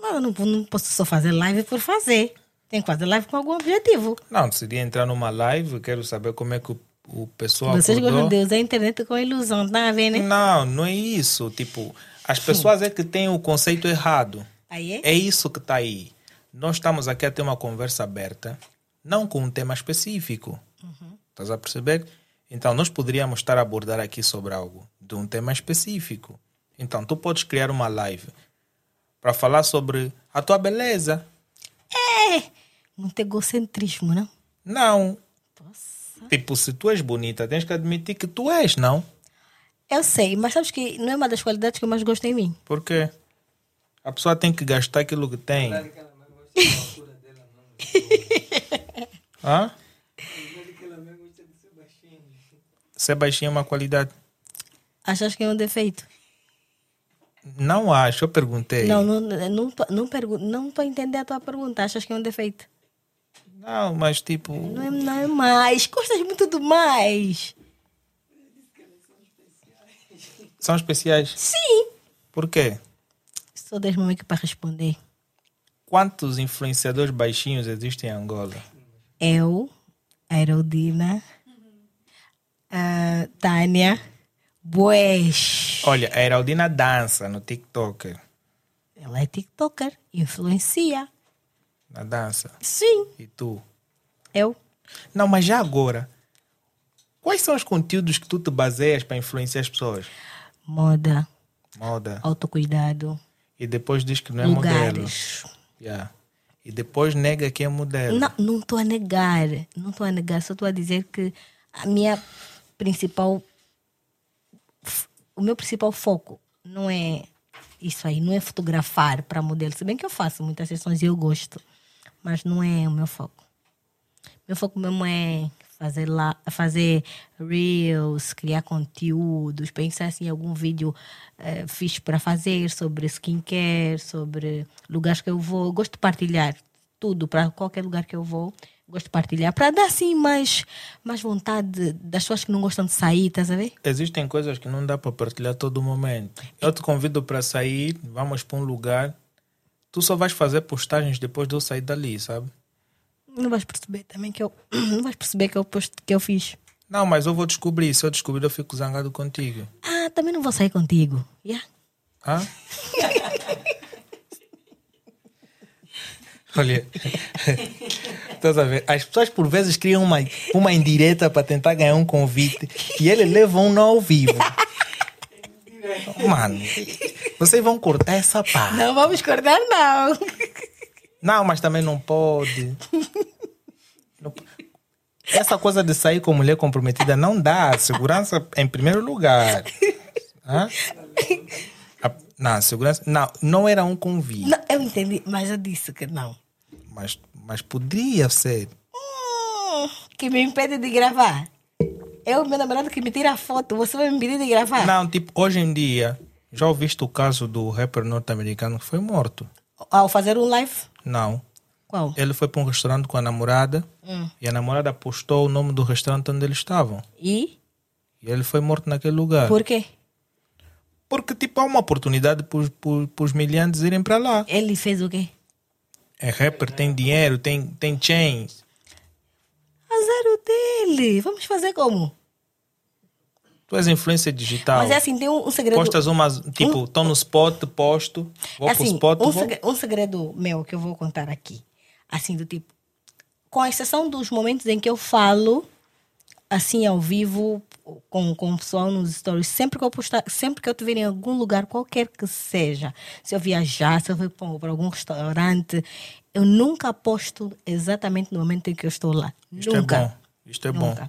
Speaker 2: Não, eu não, vou- não posso só fazer live por fazer. Tem que fazer live com algum objetivo.
Speaker 1: Não, decidi entrar numa live, quero saber como é que o, o pessoal
Speaker 2: Vocês
Speaker 1: acordou.
Speaker 2: gostam de usar a internet com ilusão, não a ver, né?
Speaker 1: Não, não é isso. Tipo, as pessoas é que têm o conceito errado.
Speaker 2: Aí é?
Speaker 1: É isso que está aí. Nós estamos aqui a ter uma conversa aberta, não com um tema específico. Estás a perceber? Então, nós poderíamos estar a abordar aqui sobre algo, de um tema específico. Então, tu podes criar uma live para falar sobre a tua beleza.
Speaker 2: Muito egocentrismo, não?
Speaker 1: Não.
Speaker 2: Nossa.
Speaker 1: Tipo, se tu és bonita, tens que admitir que tu és, não?
Speaker 2: Eu sei, mas sabes que não é uma das qualidades que eu mais gosto em mim.
Speaker 1: Por quê? A pessoa tem que gastar aquilo que tem. Hã? Ser baixinho é uma qualidade.
Speaker 2: Achas que é um defeito?
Speaker 1: Não acho, eu perguntei.
Speaker 2: Não, não, não, tô- não, pergu- não tô a entender a tua pergunta. Achas que é um defeito?
Speaker 1: Não, mas tipo.
Speaker 2: Não é, não é mais. Gostas muito do mais.
Speaker 1: São especiais.
Speaker 2: Sim.
Speaker 1: Por quê?
Speaker 2: Sou das mamães que para responder.
Speaker 1: Quantos influenciadores baixinhos existem em Angola?
Speaker 2: Eu, a Heraldina, a Tânia, Boés.
Speaker 1: Olha, a Heraldina dança no TikTok.
Speaker 2: Ela é TikToker, influencia.
Speaker 1: Na dança.
Speaker 2: Sim,
Speaker 1: E tu?
Speaker 2: eu.
Speaker 1: Não, mas já agora. Quais são os conteúdos que tu te baseias para influenciar as pessoas?
Speaker 2: Moda,
Speaker 1: Moda.
Speaker 2: autocuidado,
Speaker 1: E depois diz que não é modelo.
Speaker 2: lugares.
Speaker 1: Yeah. E depois nega que é modelo.
Speaker 2: Não, não estou a negar. Não estou a negar. Só estou a dizer que a minha principal. f- O meu principal foco não é isso aí, não é fotografar para modelo. Se bem que eu faço muitas sessões e eu gosto, mas não é o meu foco. Meu foco mesmo é fazer lá, fazer reels, criar conteúdos, pensar assim, em algum vídeo eh, fixe para fazer sobre skincare, sobre lugares que eu vou. Gosto de partilhar tudo para qualquer lugar que eu vou. Gosto de partilhar para dar assim mais, mais vontade das pessoas que não gostam de sair, estás a ver?
Speaker 1: Existem coisas que não dá para partilhar todo momento. Eu te convido para sair, vamos para um lugar. Tu só vais fazer postagens depois de eu sair dali, sabe?
Speaker 2: Não vais perceber também que eu não vais perceber que eu post, que eu fiz.
Speaker 1: Não, mas eu vou descobrir. Se eu descobrir, eu fico zangado contigo.
Speaker 2: Ah, também não vou sair contigo. Yeah.
Speaker 1: Hã? Olha, estás a ver? As pessoas por vezes criam uma, uma indireta para tentar ganhar um convite e ele leva um no ao vivo. Mano, vocês vão cortar essa parte.
Speaker 2: Não vamos cortar não.
Speaker 1: Não, mas também não pode. Não po- Essa coisa de sair com mulher comprometida não dá. Segurança em primeiro lugar. Hã? A- Não, segurança. Não, não era um convite,
Speaker 2: Não, eu entendi, mas eu disse que não.
Speaker 1: mas, mas poderia ser.
Speaker 2: Hum, que me impede de gravar. É o meu namorado que me tira a foto. Você vai me impedir de gravar?
Speaker 1: Não, tipo, hoje em dia, já ouviste o caso do rapper norte-americano que foi morto?
Speaker 2: Ao fazer um live?
Speaker 1: Não.
Speaker 2: Qual?
Speaker 1: Ele foi para um restaurante com a namorada
Speaker 2: Hum.
Speaker 1: e a namorada postou o nome do restaurante onde eles estavam.
Speaker 2: E?
Speaker 1: E ele foi morto naquele lugar.
Speaker 2: Por quê?
Speaker 1: Porque, tipo, há uma oportunidade para os milhantes irem para lá.
Speaker 2: Ele fez o quê?
Speaker 1: É rapper, tem dinheiro, tem, tem chains.
Speaker 2: Azar o dele. Vamos fazer como?
Speaker 1: Tu és influência digital.
Speaker 2: Mas é assim, tem um, um segredo...
Speaker 1: Postas umas, tipo, estou no spot, posto, vou
Speaker 2: É
Speaker 1: pro
Speaker 2: assim,
Speaker 1: spot,
Speaker 2: um,
Speaker 1: vou...
Speaker 2: segre- um segredo meu que eu vou contar aqui. Assim, do tipo... Com exceção dos momentos em que eu falo, assim, ao vivo, com, com o pessoal nos stories, sempre que eu postar, sempre que eu estiver em algum lugar, qualquer que seja, se eu viajar, se eu for para algum restaurante, eu nunca posto exatamente no momento em que eu estou lá.
Speaker 1: Isto
Speaker 2: nunca.
Speaker 1: é bom, isto é bom.
Speaker 2: Nunca.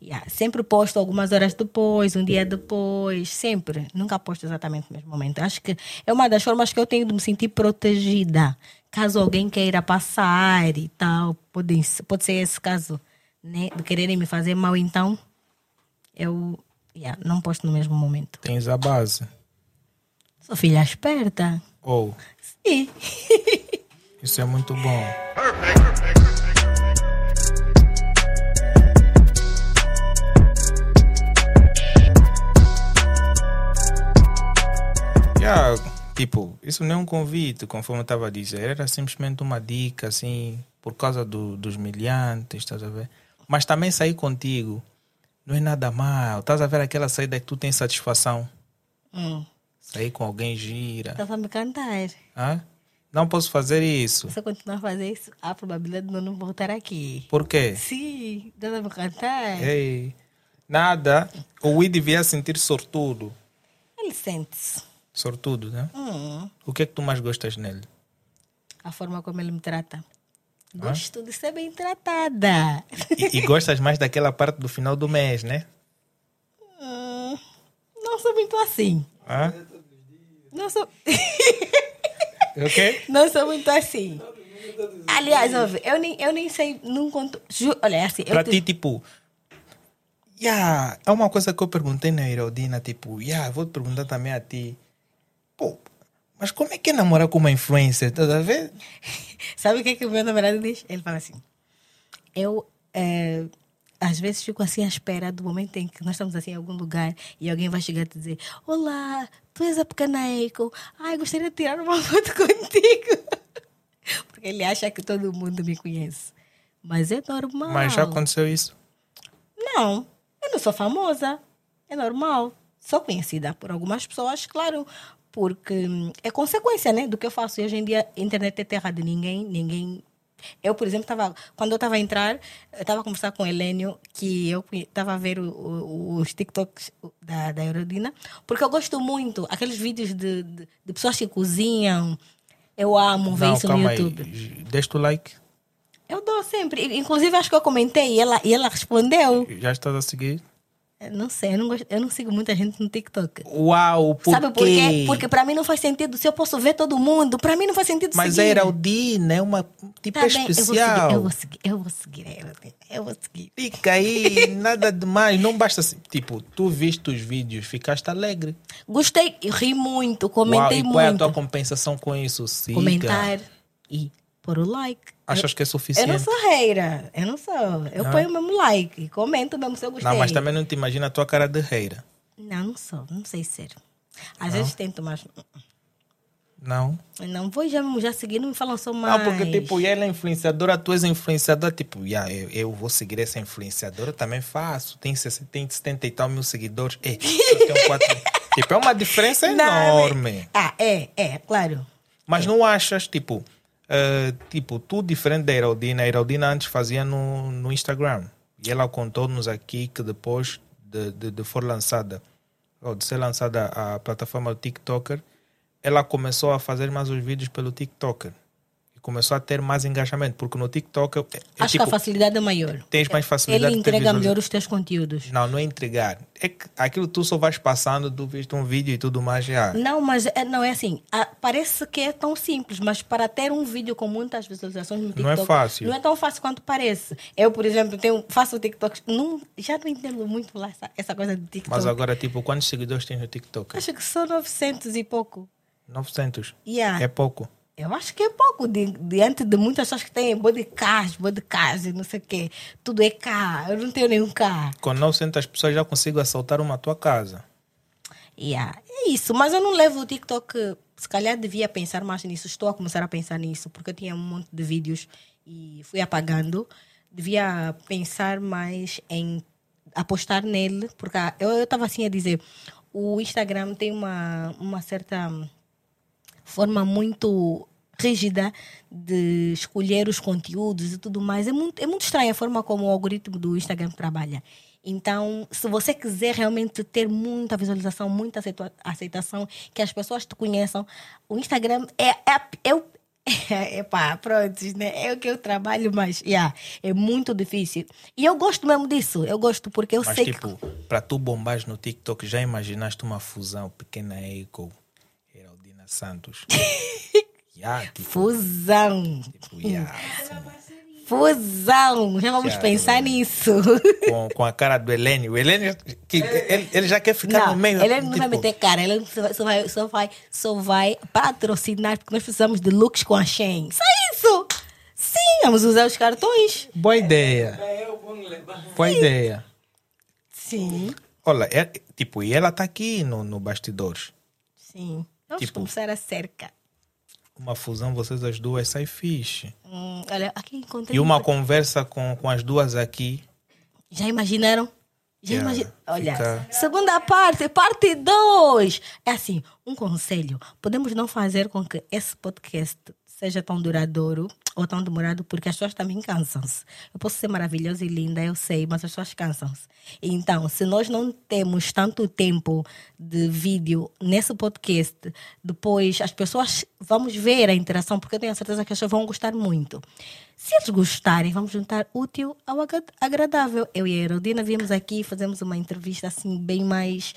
Speaker 2: Yeah, Sempre posto algumas horas depois, um dia depois, sempre. Nunca posto exatamente no mesmo momento. Acho que é uma das formas que eu tenho de me sentir protegida. Caso alguém queira passar e tal, pode, pode ser esse caso, né? De quererem me fazer mal, então eu yeah, não posto no mesmo momento.
Speaker 1: Tens a base.
Speaker 2: Sou filha esperta.
Speaker 1: Ou,
Speaker 2: Sim.
Speaker 1: isso é muito bom. Yeah, tipo, isso não é um convite, conforme eu estava a dizer. Era simplesmente uma dica, assim, por causa do- dos milhantes, estás a ver? Mas também sair contigo não é nada mal. Estás a ver aquela saída que tu tens satisfação?
Speaker 2: Hum.
Speaker 1: Sair com alguém gira.
Speaker 2: Estava a me cantar.
Speaker 1: Hã? Não posso fazer isso.
Speaker 2: Se eu continuar a fazer isso, há probabilidade de eu não voltar aqui.
Speaker 1: Por quê?
Speaker 2: Sim, estava a me cantar.
Speaker 1: Ei, nada. O Wii devia sentir sortudo.
Speaker 2: Ele sente-se.
Speaker 1: Sortudo, né?
Speaker 2: Hum.
Speaker 1: O que é que tu mais gostas nele?
Speaker 2: a forma como ele me trata. Gosto de ser bem tratada.
Speaker 1: E, e gostas mais daquela parte do final do mês, né?
Speaker 2: Hum, não sou muito assim.
Speaker 1: Hã?
Speaker 2: Não sou,
Speaker 1: É Ok?
Speaker 2: não sou muito assim. Aliás, ouve, eu nem, eu nem sei, não conto. Ju, olha, assim, eu
Speaker 1: Pra
Speaker 2: te-
Speaker 1: ti, tipo. Yeah, é uma coisa que eu perguntei na Iraldina, tipo, yeah, vou te perguntar também a ti. Pô, mas como é que é namorar com uma influencer? Tá a ver?
Speaker 2: sabe o que, é que o meu namorado diz? Ele fala assim: Eu eh, às vezes fico assim à espera do momento em que nós estamos assim em algum lugar e alguém vai chegar e te dizer: Olá, tu és a pequena Eiko. Ai, gostaria de tirar uma foto contigo. Porque ele acha que todo mundo me conhece. Mas é normal.
Speaker 1: Mas já aconteceu isso.
Speaker 2: Não, eu não sou famosa. É normal. Sou conhecida por algumas pessoas, claro, porque hum, é consequência né, do que eu faço. E hoje em dia, a internet é terra de ninguém. ninguém... Eu, por exemplo, tava, quando eu estava a entrar, eu estava a conversar com o Helênio, que eu estava a ver o- o- os TikToks da, da Eurodina, porque eu gosto muito aqueles vídeos de, de, de pessoas que cozinham. Eu amo ver isso no YouTube.
Speaker 1: aí. Deixa o like.
Speaker 2: Eu dou sempre. Inclusive, acho que eu comentei e ela, e ela respondeu.
Speaker 1: Já estás a seguir?
Speaker 2: Eu Não sei, eu não, gosto, eu não sigo muita gente no TikTok.
Speaker 1: Uau, por
Speaker 2: Sabe por quê? Porque pra mim não faz sentido. Se eu posso ver todo mundo, pra mim não faz sentido
Speaker 1: Mas
Speaker 2: seguir.
Speaker 1: a Iraldina é uma tipo
Speaker 2: Tá bem,
Speaker 1: especial.
Speaker 2: Eu vou seguir, eu vou seguir, eu vou seguir. a Heraldina, Eu vou seguir.
Speaker 1: Fica aí, nada demais. Não basta assim. Tipo, tu viste os vídeos, ficaste alegre.
Speaker 2: Gostei, e ri muito,
Speaker 1: Uau,
Speaker 2: comentei
Speaker 1: e qual é a
Speaker 2: muito.
Speaker 1: tua compensação com isso? Siga.
Speaker 2: Comentar e pôr o like.
Speaker 1: Achas que é
Speaker 2: Eu
Speaker 1: suficiente?
Speaker 2: não sou reira, eu não sou. Eu ponho mesmo like e comento mesmo se eu gostei.
Speaker 1: Não, mas também não te imagina a tua cara de reira.
Speaker 2: Não, não sou, não sei ser. Às vezes tento, mas
Speaker 1: Não.
Speaker 2: eu não vou já, já seguir, não me falam só mais.
Speaker 1: Não, porque tipo, ela é influenciadora, tu és influenciadora, tipo, yeah, eu, eu vou seguir essa influenciadora, eu também faço. Tem 60, tem 70 e tal mil seguidores. É, eu tenho quatro. tipo, é uma diferença enorme.
Speaker 2: Ah, é, é, claro.
Speaker 1: Mas não achas, tipo, eh, tipo, tu diferente da Heraldina, a Heraldina antes fazia no, no Instagram. E ela contou-nos aqui que depois de, de, de for lançada, ou de ser lançada a plataforma do TikToker, ela começou a fazer mais os vídeos pelo TikToker. E começou a ter mais engajamento, porque no TikToker é, é
Speaker 2: Acho
Speaker 1: tipo,
Speaker 2: que a facilidade é maior.
Speaker 1: tens mais facilidade
Speaker 2: Ele
Speaker 1: de ter
Speaker 2: entrega
Speaker 1: visualiza-
Speaker 2: melhor os teus conteúdos.
Speaker 1: Não, não é entregar. É que aquilo tu só vais passando, tu viste um vídeo e tudo mais, já.
Speaker 2: Não, mas é, não é assim. Ah, parece que é tão simples, mas para ter um vídeo com muitas visualizações no TikTok...
Speaker 1: é fácil.
Speaker 2: Não é tão fácil quanto parece. Eu, por exemplo, tenho, faço TikToks... Não, já não entendo muito lá essa, essa coisa de TikTok.
Speaker 1: Mas agora, tipo, quantos seguidores tens no TikToker?
Speaker 2: Acho que são 900 e pouco.
Speaker 1: 900.
Speaker 2: Yeah.
Speaker 1: É pouco.
Speaker 2: Eu acho que é pouco, di- diante de muitas pessoas que têm bodicast, bodicast, não sei o quê. Tudo é cá. Eu não tenho nenhum cá.
Speaker 1: Com 900 pessoas já consigo assaltar uma tua casa.
Speaker 2: Yeah, é isso, mas eu não levo o TikTok. Se calhar devia pensar mais nisso. Estou a começar a pensar nisso, porque eu tinha um monte de vídeos e fui apagando. Devia pensar mais em apostar nele, porque ah, eu estava assim a dizer: o Instagram tem uma, uma certa forma muito rígida de escolher os conteúdos e tudo mais. É muito, é muito estranha a forma como o algoritmo do Instagram trabalha. Então, se você quiser realmente ter muita visualização, muita aceitua- aceitação, que as pessoas te conheçam, o Instagram é, é, a- é o- Epá, pronto, né? É o que eu trabalho, mas yeah, é muito difícil. E eu gosto mesmo disso. Eu gosto porque eu
Speaker 1: Mas
Speaker 2: sei
Speaker 1: tipo, para tu bombares no TikTok, já imaginaste uma fusão pequena Eco, Heraldina Santos. yeah,
Speaker 2: que.
Speaker 1: tipo,
Speaker 2: Fusão.
Speaker 1: tipo, yeah, assim.
Speaker 2: Fusão. Já vamos
Speaker 1: Já, né?
Speaker 2: pensar
Speaker 1: já.
Speaker 2: nisso.
Speaker 1: com, com a cara do Helene. O Helene, que, ele, ele já quer ficar
Speaker 2: Não,
Speaker 1: no meio.
Speaker 2: ele não vai
Speaker 1: tipo,
Speaker 2: meter cara, ele só vai, só vai, só vai, só vai patrocinar, porque nós precisamos de looks com a Shein. Só isso! Sim, vamos usar os cartões.
Speaker 1: Boa ideia. Boa ideia.
Speaker 2: Sim,
Speaker 1: Olha, é, tipo, e ela está aqui no, no bastidores.
Speaker 2: sim. Vamos
Speaker 1: Tipo-
Speaker 2: começar a cerca.
Speaker 1: Uma fusão, vocês as duas sai fixe.
Speaker 2: Hum, olha, aqui encontrei.
Speaker 1: E
Speaker 2: um
Speaker 1: uma
Speaker 2: par-
Speaker 1: conversa com, com as duas aqui.
Speaker 2: Já imaginaram? Já
Speaker 1: Yeah,
Speaker 2: imagi- Olha,
Speaker 1: fica-
Speaker 2: segunda parte, parte 2. É assim, um conselho. Podemos não fazer com que esse podcast seja tão duradouro ou tão demorado, porque as pessoas também cansam-se. Eu posso ser maravilhosa e linda, eu sei, mas as pessoas cansam-se. Então, se nós não temos tanto tempo de vídeo nesse podcast, depois as pessoas vamos ver a interação, porque eu tenho a certeza que as pessoas vão gostar muito. Se eles gostarem, vamos juntar útil ao agra- agradável. Eu e a Herodina viemos aqui e fazemos uma entrevista assim bem mais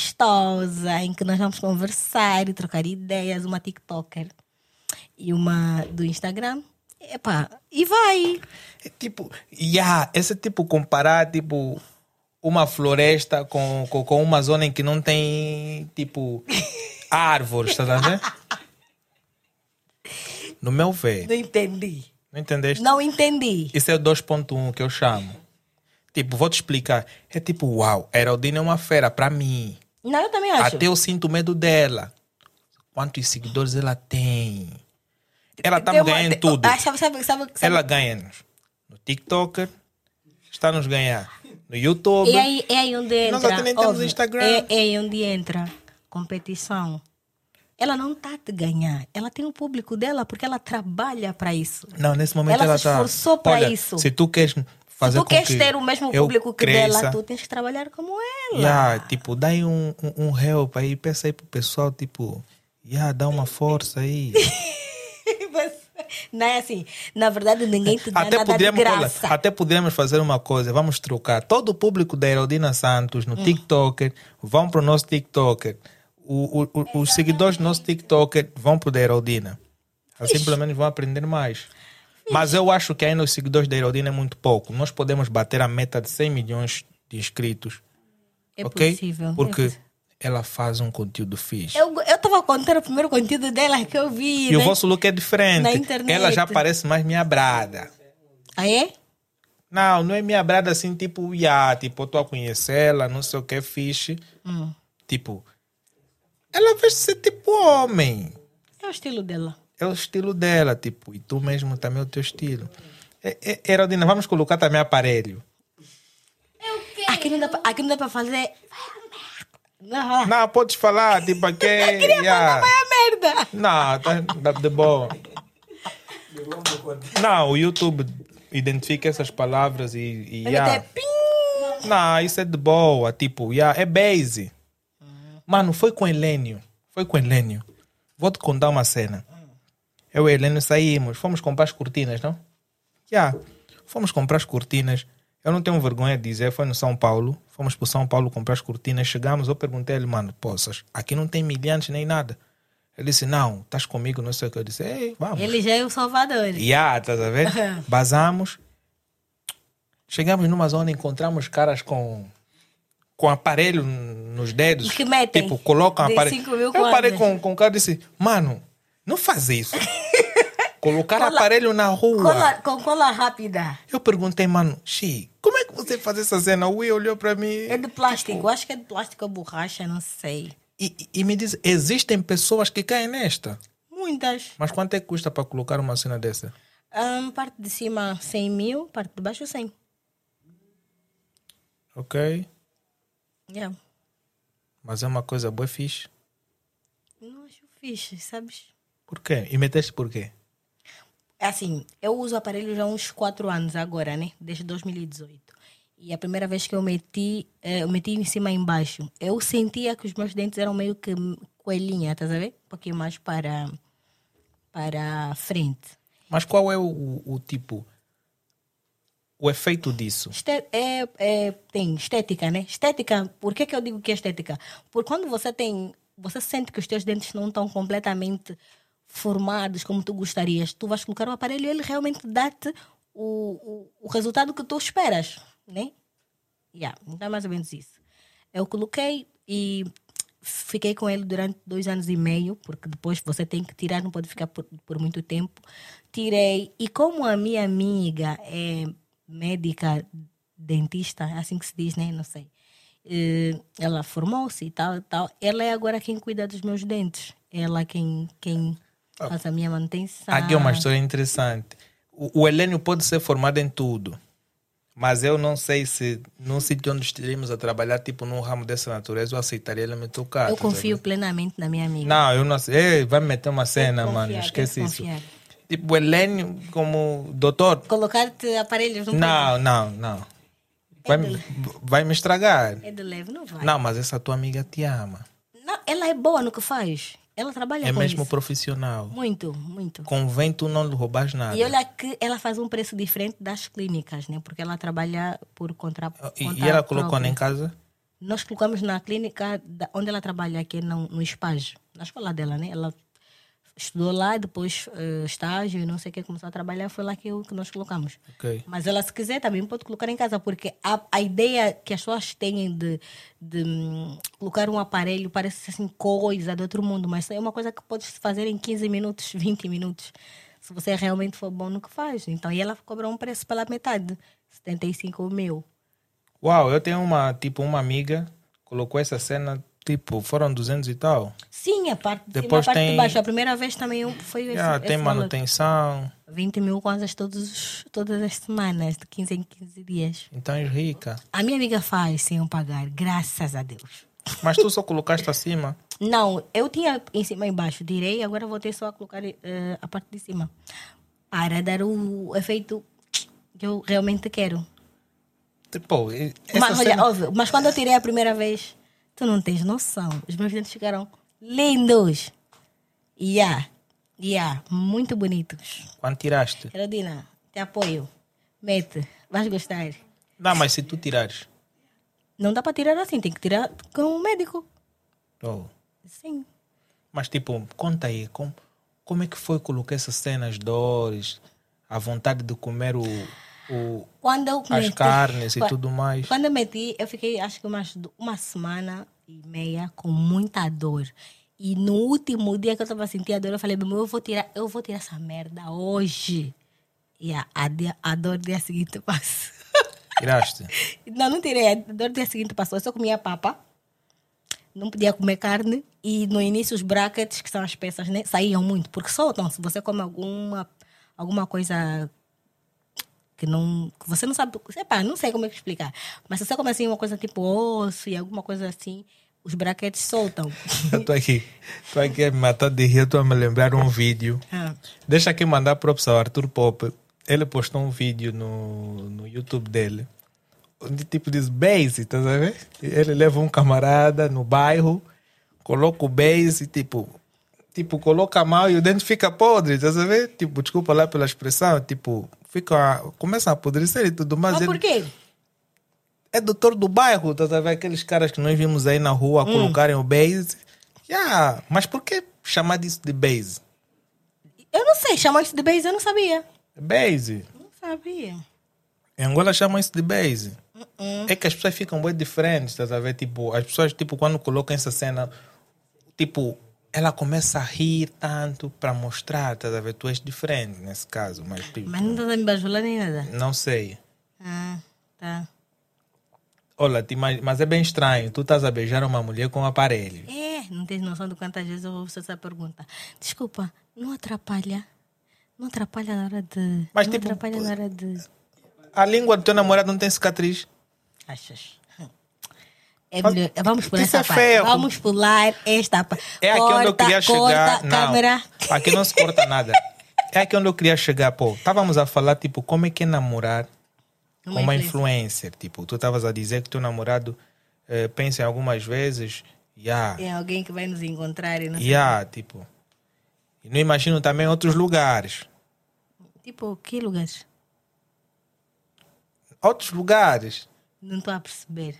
Speaker 2: amistosa, em que nós vamos conversar e trocar ideias, uma TikToker e uma do Instagram. Epá, e vai!
Speaker 1: É tipo, yeah, esse tipo comparar tipo uma floresta com, com, com uma zona em que não tem tipo árvores, tá vendo? No meu ver,
Speaker 2: Não entendi.
Speaker 1: não entendeste?
Speaker 2: Não entendi.
Speaker 1: Isso é o 2.1 que eu chamo. Tipo, vou te explicar. É tipo, uau, a Heraldina é uma fera pra mim.
Speaker 2: Não, eu também acho.
Speaker 1: Até eu sinto medo dela. Quantos seguidores ela tem? Ela tá me
Speaker 2: Tem uma-
Speaker 1: ganhando
Speaker 2: tem-
Speaker 1: tudo.
Speaker 2: Ah, sabe, sabe, sabe, sabe-
Speaker 1: Ela ganha-nos no TikToker, está-nos ganhar no YouTube.
Speaker 2: É aí, é aí onde entra.
Speaker 1: Nós até nem temos
Speaker 2: óbvio,
Speaker 1: Instagram.
Speaker 2: É, é aí onde entra competição. Ela não está te ganhar. Ela tem o público dela porque ela trabalha para isso.
Speaker 1: Não, nesse momento
Speaker 2: Ela
Speaker 1: ela,
Speaker 2: se
Speaker 1: tá-
Speaker 2: esforçou pra
Speaker 1: Olha,
Speaker 2: isso.
Speaker 1: Se tu queres fazer
Speaker 2: Se tu
Speaker 1: com
Speaker 2: queres
Speaker 1: que
Speaker 2: ter o mesmo
Speaker 1: eu
Speaker 2: público que
Speaker 1: cresça,
Speaker 2: dela, é tu tens que trabalhar como ela.
Speaker 1: yeah, tipo, dá aí um, um, um help aí, peça aí pro pessoal, tipo, yeah, dá uma força aí.
Speaker 2: não é assim. Na verdade, ninguém te dá
Speaker 1: até,
Speaker 2: é nada de
Speaker 1: poderíamos, olha,
Speaker 2: graça.
Speaker 1: até poderíamos fazer uma coisa, vamos trocar. Todo o público da Herodina Santos no
Speaker 2: Hum.
Speaker 1: TikToker vão pro nosso TikToker. O- o- o- os seguidores do nosso TikToker vão pro da Herodina. Assim pelo menos vão aprender mais. Mas eu acho que ainda os seguidores da Herodina é muito pouco. Nós podemos bater a meta de 100 milhões de inscritos,
Speaker 2: É
Speaker 1: ok?
Speaker 2: possível.
Speaker 1: Porque
Speaker 2: É possi-
Speaker 1: ela faz um conteúdo fixe.
Speaker 2: Eu eu estava contando o primeiro conteúdo dela que eu vi.
Speaker 1: E o
Speaker 2: né?
Speaker 1: vosso look é
Speaker 2: na
Speaker 1: diferente.
Speaker 2: internet.
Speaker 1: Ela já parece mais minha brada.
Speaker 2: Ah, é?
Speaker 1: Não, não é minha brada assim, tipo, ya, tipo, eu tô a conhecer ela, não sei o que é fixe.
Speaker 2: Hum.
Speaker 1: Tipo, ela veste ser tipo homem.
Speaker 2: É o estilo dela.
Speaker 1: É o estilo dela, tipo, e tu mesmo também é o teu estilo. É, é, Heraldina, vamos colocar também aparelho.
Speaker 2: Aqui não dá pra, aqui não dá pra fazer. Não, vai lá.
Speaker 1: Não, podes falar, tipo, aqui. ya.
Speaker 2: É merda!
Speaker 1: Não, tá tá de boa. Não, o YouTube identifica essas palavras e. e
Speaker 2: Ele
Speaker 1: ya.
Speaker 2: até pim!
Speaker 1: Não, isso é de boa. Tipo, yeah, é base. Mano, foi com Helênio. Foi com Helênio. Vou te contar uma cena. Eu e Helênio saímos. Fomos comprar as cortinas, não? Yeah. Fomos comprar as cortinas. Eu não tenho vergonha de dizer, foi no São Paulo. Fomos para São Paulo comprar as cortinas. Chegamos, eu perguntei a ele, mano, poças, aqui não tem milhantes nem nada. Ele disse, não, estás comigo, não sei o que. Eu disse, ei, vamos.
Speaker 2: Ele já é o Salvador.
Speaker 1: Yeah, estás a ver? Basamos. Chegamos numa zona, encontramos caras com, com aparelho n- nos dedos.
Speaker 2: Que metem.
Speaker 1: Tipo, colocam
Speaker 2: De
Speaker 1: aparelho.
Speaker 2: cinco mil
Speaker 1: Eu parei
Speaker 2: quadras.
Speaker 1: com, com o cara e disse, mano, não faz isso. Colocar
Speaker 2: Cola-
Speaker 1: aparelho na rua.
Speaker 2: Cola, com cola rápida.
Speaker 1: Eu perguntei, mano, Xi, como é que você faz essa cena? O Will olhou para mim
Speaker 2: É de plástico. Eu acho que é de plástico ou borracha, não sei.
Speaker 1: e, e- e me disse, existem pessoas que caem nesta.
Speaker 2: Muitas.
Speaker 1: Mas quanto é que custa para colocar uma cena dessa?
Speaker 2: Ahn, parte de cima 100 mil, parte de baixo 100.
Speaker 1: Ok?
Speaker 2: Yeah.
Speaker 1: Mas é uma coisa boa e fixe.
Speaker 2: Não acho fixe, sabes?
Speaker 1: Por quê? E meteste por quê?
Speaker 2: É assim, eu uso o aparelho já há uns 4 anos agora, né? Desde 2018. E a primeira vez que eu meti, eh, eu meti em cima e embaixo. Eu sentia que os meus dentes eram meio que coelhinha, estás a ver? Um pouquinho mais para, para a frente.
Speaker 1: Mas qual é o, o- o tipo, o efeito disso?
Speaker 2: Este- é, é- tem estética, né? Estética, por que, que eu digo que é estética? Porque quando você tem. Você sente que os teus dentes não estão completamente formados como tu gostarias, tu vais colocar o aparelho e ele realmente dá-te o, o, o resultado que tu esperas, né? Yeah, então é mais ou menos isso. Eu coloquei e fiquei com ele durante dois anos e meio, porque depois você tem que tirar, não pode ficar por, por muito tempo. Tirei, e como a minha amiga é médica, dentista, é assim que se diz, né? Não sei. Eh, Ela formou-se e tal, tal. Ela é agora quem cuida dos meus dentes. Ela é quem, quem faz a minha manutenção.
Speaker 1: Ah, Aqui é uma história interessante. O, o Helênio pode ser formado em tudo, mas eu não sei se num sítio onde estivemos a trabalhar, tipo num ramo dessa natureza, eu aceitaria ele me tocar.
Speaker 2: Eu
Speaker 1: tá vendo?
Speaker 2: confio plenamente na minha amiga.
Speaker 1: Não, eu não sei. Ei, vai me meter uma
Speaker 2: Tem que
Speaker 1: cena,
Speaker 2: confiar,
Speaker 1: mano.
Speaker 2: tem que
Speaker 1: Esquece isso.
Speaker 2: confiar.
Speaker 1: Tipo, o Helênio como doutor.
Speaker 2: Colocar-te aparelhos no
Speaker 1: Não, não, não. Vai, me- vai me estragar.
Speaker 2: É de leve, não vai.
Speaker 1: Não, mas essa tua amiga te ama.
Speaker 2: Não, ela é boa no que faz. Ela trabalha
Speaker 1: É
Speaker 2: com
Speaker 1: mesmo
Speaker 2: isso.
Speaker 1: profissional.
Speaker 2: Muito, muito.
Speaker 1: Convém tu não lhe roubares nada.
Speaker 2: E olha que ela faz um preço diferente das clínicas, né? Porque ela trabalha por contra,
Speaker 1: E-
Speaker 2: conta
Speaker 1: e ela colocou
Speaker 2: própria.
Speaker 1: em casa?
Speaker 2: Nós colocamos na clínica da- onde ela trabalha, que é no, no SPAG, na escola dela, né? Ela estudou lá, depois eh, estágio e não sei o que, começou a trabalhar, foi lá que, eu, que nós colocamos.
Speaker 1: Ok.
Speaker 2: Mas ela, se quiser, também pode colocar em casa, porque a, a ideia que as pessoas têm de, de, hum, colocar um aparelho parece assim coisa de outro mundo, mas é uma coisa que podes fazer em 15 minutos, 20 minutos, se você realmente for bom no que faz. Então, e ela cobrou um preço pela metade, 75 mil.
Speaker 1: Uau, eu tenho uma, tipo, uma amiga, colocou essa cena, tipo, foram 200 e tal.
Speaker 2: Sim, a parte de cima,
Speaker 1: Depois
Speaker 2: a parte
Speaker 1: tem-
Speaker 2: de baixo. A primeira vez também eu- foi esse,
Speaker 1: Ah,
Speaker 2: esse
Speaker 1: tem
Speaker 2: valor.
Speaker 1: manutenção,
Speaker 2: 20 mil kwanzas todos, os- todas as semanas, de 15 em 15 dias.
Speaker 1: então és rica.
Speaker 2: A minha amiga faz sem eu pagar, graças a Deus.
Speaker 1: Mas tu só colocaste acima.
Speaker 2: Não, eu tinha em cima e embaixo, direi, agora vou ter só a colocar eh, a parte de cima. Para dar o efeito que eu realmente quero.
Speaker 1: Tipo, e- essa
Speaker 2: Mas, olha,
Speaker 1: cena...
Speaker 2: óbvio, mas quando eu tirei a primeira vez, tu não tens noção. Os meus dentes ficaram lindos. Yeah, yeah, muito bonitos.
Speaker 1: Quando tiraste?
Speaker 2: Herodina, te apoio. Mete, vais gostar.
Speaker 1: Não, mas se tu tirares.
Speaker 2: Não dá para tirar assim, tem que tirar com o médico.
Speaker 1: Oh.
Speaker 2: Sim.
Speaker 1: Mas tipo, conta aí, como, como é que foi colocar essas cenas, dores, a vontade de comer o, o-
Speaker 2: Quando eu
Speaker 1: as
Speaker 2: meti-
Speaker 1: carnes e
Speaker 2: Qua-
Speaker 1: tudo mais?
Speaker 2: Quando eu meti, eu fiquei acho que umas, du- uma semana e meia com muita dor. E no último dia que eu tava sentindo a dor, eu falei, meu, eu vou tirar, eu vou tirar essa merda hoje. E a, a, dia- a dor do dia seguinte passou.
Speaker 1: Tiraste?
Speaker 2: Não, não tirei. A dor do dia seguinte passou. Eu só comia papa. Não podia comer carne. E no início os brackets, que são as peças, né, saíam muito. Porque soltam. Se você come alguma, alguma coisa que não que você não sabe epá, não sei como é que explicar mas se você come assim uma coisa tipo osso e alguma coisa assim os braquetes soltam
Speaker 1: Eu tô aqui, tô aqui a me matar de rir, tô a me lembrar um vídeo.
Speaker 2: Ah,
Speaker 1: Deixa aqui mandar props ao Arthur Pop. Ele postou um vídeo no, no YouTube dele, onde tipo diz base, tá sabendo? Ele leva um camarada no bairro, coloca o base, tipo, tipo, coloca mal e o dente fica podre, tá sabendo? Tipo, desculpa lá pela expressão, tipo, fica, começa a apodrecer e tudo mais.
Speaker 2: mas
Speaker 1: Ele-
Speaker 2: por quê
Speaker 1: é doutor do bairro, tá a ver? Aqueles caras que nós vimos aí na rua
Speaker 2: Hum.
Speaker 1: colocarem o base. Yeah, mas por que chamar disso de base?
Speaker 2: eu não sei chamar isso de beijo eu não sabia
Speaker 1: Base.
Speaker 2: não sabia
Speaker 1: Em Angola chamam isso de base.
Speaker 2: Hum,
Speaker 1: É que as pessoas ficam bem diferentes, tá a ver? Tipo, as pessoas, tipo, quando colocam essa cena, tipo, ela começa a rir tanto para mostrar, tá a ver? Tu és diferente nesse caso, mas tipo,
Speaker 2: mas não tá me bajulando nem nada
Speaker 1: não sei.
Speaker 2: ah tá
Speaker 1: Olha, te imag- mas é bem estranho. Tu estás a beijar uma mulher com um aparelho.
Speaker 2: É, não tens noção de quantas vezes eu ouço essa pergunta. Desculpa, não atrapalha. Não atrapalha na hora de.
Speaker 1: Mas
Speaker 2: não
Speaker 1: tipo,
Speaker 2: atrapalha na hora de.
Speaker 1: A língua do teu namorado não tem cicatriz.
Speaker 2: Achas? É melhor. Vamos pular
Speaker 1: isso
Speaker 2: essa
Speaker 1: é
Speaker 2: parte.
Speaker 1: ferro.
Speaker 2: Vamos pular esta parte.
Speaker 1: É aqui onde eu queria chegar.
Speaker 2: Corta,
Speaker 1: não,
Speaker 2: câmera.
Speaker 1: aqui não se corta nada. É aqui onde eu queria chegar, pô. Estávamos a falar, tipo, como é que é namorar com
Speaker 2: Uma
Speaker 1: uma influencer. Tipo, tu estavas a dizer que teu namorado eh, pensa em algumas vezes, yeah,
Speaker 2: É, Tem alguém que vai nos encontrar e não sei.
Speaker 1: yeah, tipo, E não imagino também outros lugares.
Speaker 2: Tipo, que lugares?
Speaker 1: Outros lugares.
Speaker 2: Não estou a perceber.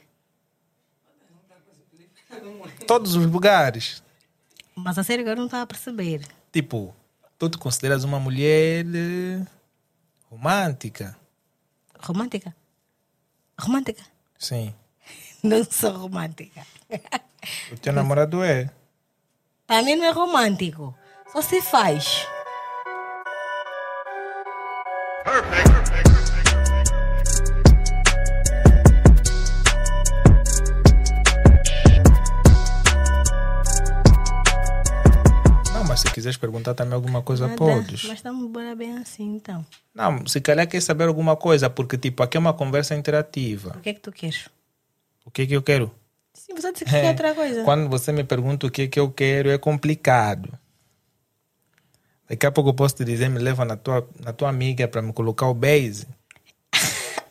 Speaker 1: Todos os lugares.
Speaker 2: Mas a sério agora não estou a perceber.
Speaker 1: Tipo, tu te consideras uma mulher eh, romântica?
Speaker 2: Romântica? Romântica?
Speaker 1: Sim.
Speaker 2: Não sou romântica.
Speaker 1: O teu namorado é.
Speaker 2: Para mim não é romântico. Só se faz.
Speaker 1: Não, mas se quiseres perguntar também alguma coisa,
Speaker 2: Nada,
Speaker 1: podes.
Speaker 2: Mas tá estamos bora bem assim então.
Speaker 1: Não, se calhar quer saber alguma coisa, porque tipo, aqui é uma conversa interativa.
Speaker 2: O que é que tu queres?
Speaker 1: O que é que eu quero?
Speaker 2: Sim, você disse que
Speaker 1: É,
Speaker 2: quer outra coisa.
Speaker 1: Quando você me pergunta o que é que eu quero, é complicado. Daqui a pouco eu posso te dizer, me leva na tua, na tua amiga para me colocar o base.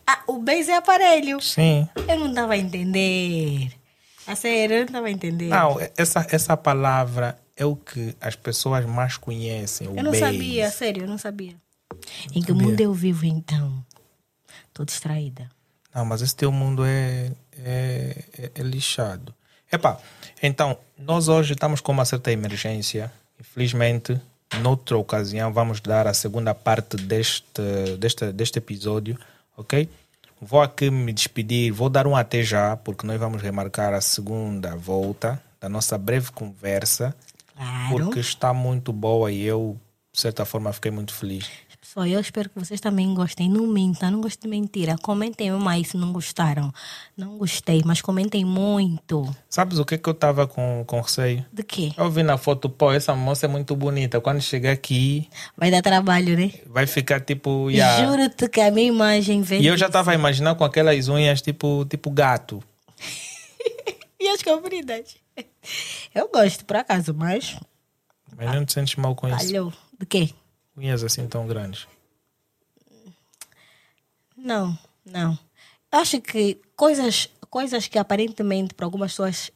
Speaker 2: Ah, o beijo é aparelho.
Speaker 1: Sim.
Speaker 2: Eu não estava a entender. A sério, eu não estava a entender.
Speaker 1: Não, essa, essa palavra é o que as pessoas mais conhecem. O
Speaker 2: eu não
Speaker 1: base.
Speaker 2: sabia, a sério, eu não sabia. Em que mundo eu vivo então? Estou distraída.
Speaker 1: Não, mas esse teu mundo é, é, é, é lixado. Epá, então, nós hoje estamos com uma certa emergência. Infelizmente, noutra ocasião, vamos dar a segunda parte deste, deste, deste episódio, ok? Vou aqui me despedir, vou dar um até já, porque nós vamos remarcar a segunda volta da nossa breve conversa,
Speaker 2: Claro.
Speaker 1: porque está muito boa e eu, de certa forma, fiquei muito feliz.
Speaker 2: Pessoal, eu espero que vocês também gostem. Não mintam, não gosto de mentira. Comentem mais se não gostaram. Não gostei, mas comentem muito.
Speaker 1: Sabes o que, é que eu estava com, com receio?
Speaker 2: De quê?
Speaker 1: Eu vi na foto, pô, essa moça é muito bonita. Quando chegar aqui,
Speaker 2: Vai dar trabalho, né?
Speaker 1: vai ficar tipo. Yeah.
Speaker 2: Juro-te que a minha imagem veio.
Speaker 1: E eu já tava a imaginar com aquelas unhas tipo, tipo gato.
Speaker 2: E as compridas. Eu gosto, por acaso, mas.
Speaker 1: Mas não te sentes mal com isso.
Speaker 2: Valeu. De quê?
Speaker 1: Unhas assim tão grandes.
Speaker 2: Não, não. Eu acho que coisas, coisas que aparentemente para algumas pessoas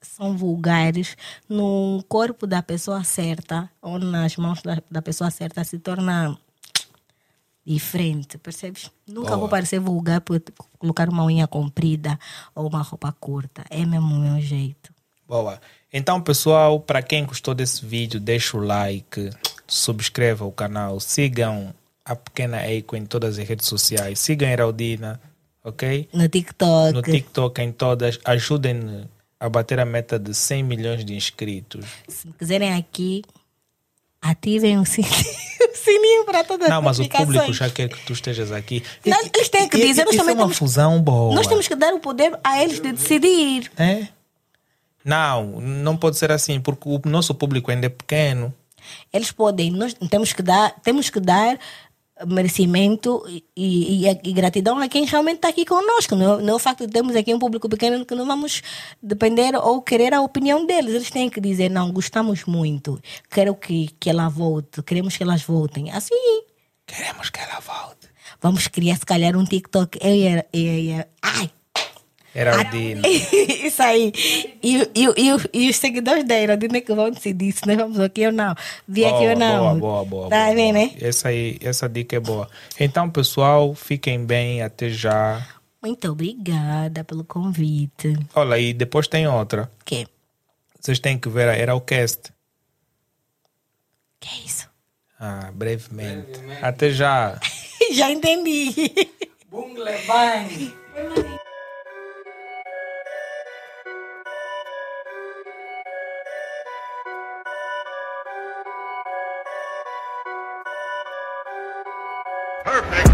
Speaker 2: são vulgares, no corpo da pessoa certa ou nas mãos da, da pessoa certa se torna diferente, percebes? Nunca vou parecer vulgar por colocar uma unha comprida ou uma roupa curta. É mesmo o meu jeito.
Speaker 1: Boa. Então, pessoal, para quem gostou desse vídeo, deixa o like, subscreva o canal, sigam a pequena Eiko em todas as redes sociais, sigam a Heraldina, ok?
Speaker 2: No TikTok.
Speaker 1: No TikTok, em todas, ajudem a bater a meta de 100 milhões de inscritos.
Speaker 2: Se quiserem aqui, ativem o sininho, o sininho para todas
Speaker 1: Não,
Speaker 2: as
Speaker 1: mas o público
Speaker 2: notificações.
Speaker 1: já quer que tu estejas aqui.
Speaker 2: Não,
Speaker 1: E-
Speaker 2: eles têm que
Speaker 1: e-
Speaker 2: dizer,
Speaker 1: e-
Speaker 2: nós
Speaker 1: isso
Speaker 2: também
Speaker 1: é uma
Speaker 2: temos-
Speaker 1: fusão boa.
Speaker 2: Nós temos que dar o poder a eles de decidir.
Speaker 1: É? Não, não pode ser assim, porque o nosso público ainda é pequeno.
Speaker 2: Eles podem, nós temos que dar, temos que dar merecimento e, e- e- e gratidão a quem realmente está aqui conosco. Não, é- não é o facto de termos aqui um público pequeno que não vamos depender ou querer a opinião deles. Eles têm que dizer, não, gostamos muito, quero que, que ela volte, queremos que elas voltem. Assim,
Speaker 1: Queremos que ela volte.
Speaker 2: vamos criar se calhar um TikTok. Eu e a- eu e a- ai, Ah,
Speaker 1: Heraldina.
Speaker 2: Isso aí. E, o- e, o- e, o- e os seguidores da Herodina é que vão decidir se nós vamos aqui ou não. Vim aqui ou não.
Speaker 1: Boa, boa, boa.
Speaker 2: Tá
Speaker 1: boa, boa.
Speaker 2: vendo, né?
Speaker 1: Essa, aí, essa dica é boa. Então, pessoal, fiquem bem, até já.
Speaker 2: Muito obrigada pelo convite.
Speaker 1: Olha, e depois tem outra.
Speaker 2: Que,
Speaker 1: Vocês têm que ver a Heralcast.
Speaker 2: que é isso?
Speaker 1: Ah, brevemente. Até já.
Speaker 2: Já entendi.
Speaker 3: Bungle Bang.
Speaker 4: Perfect.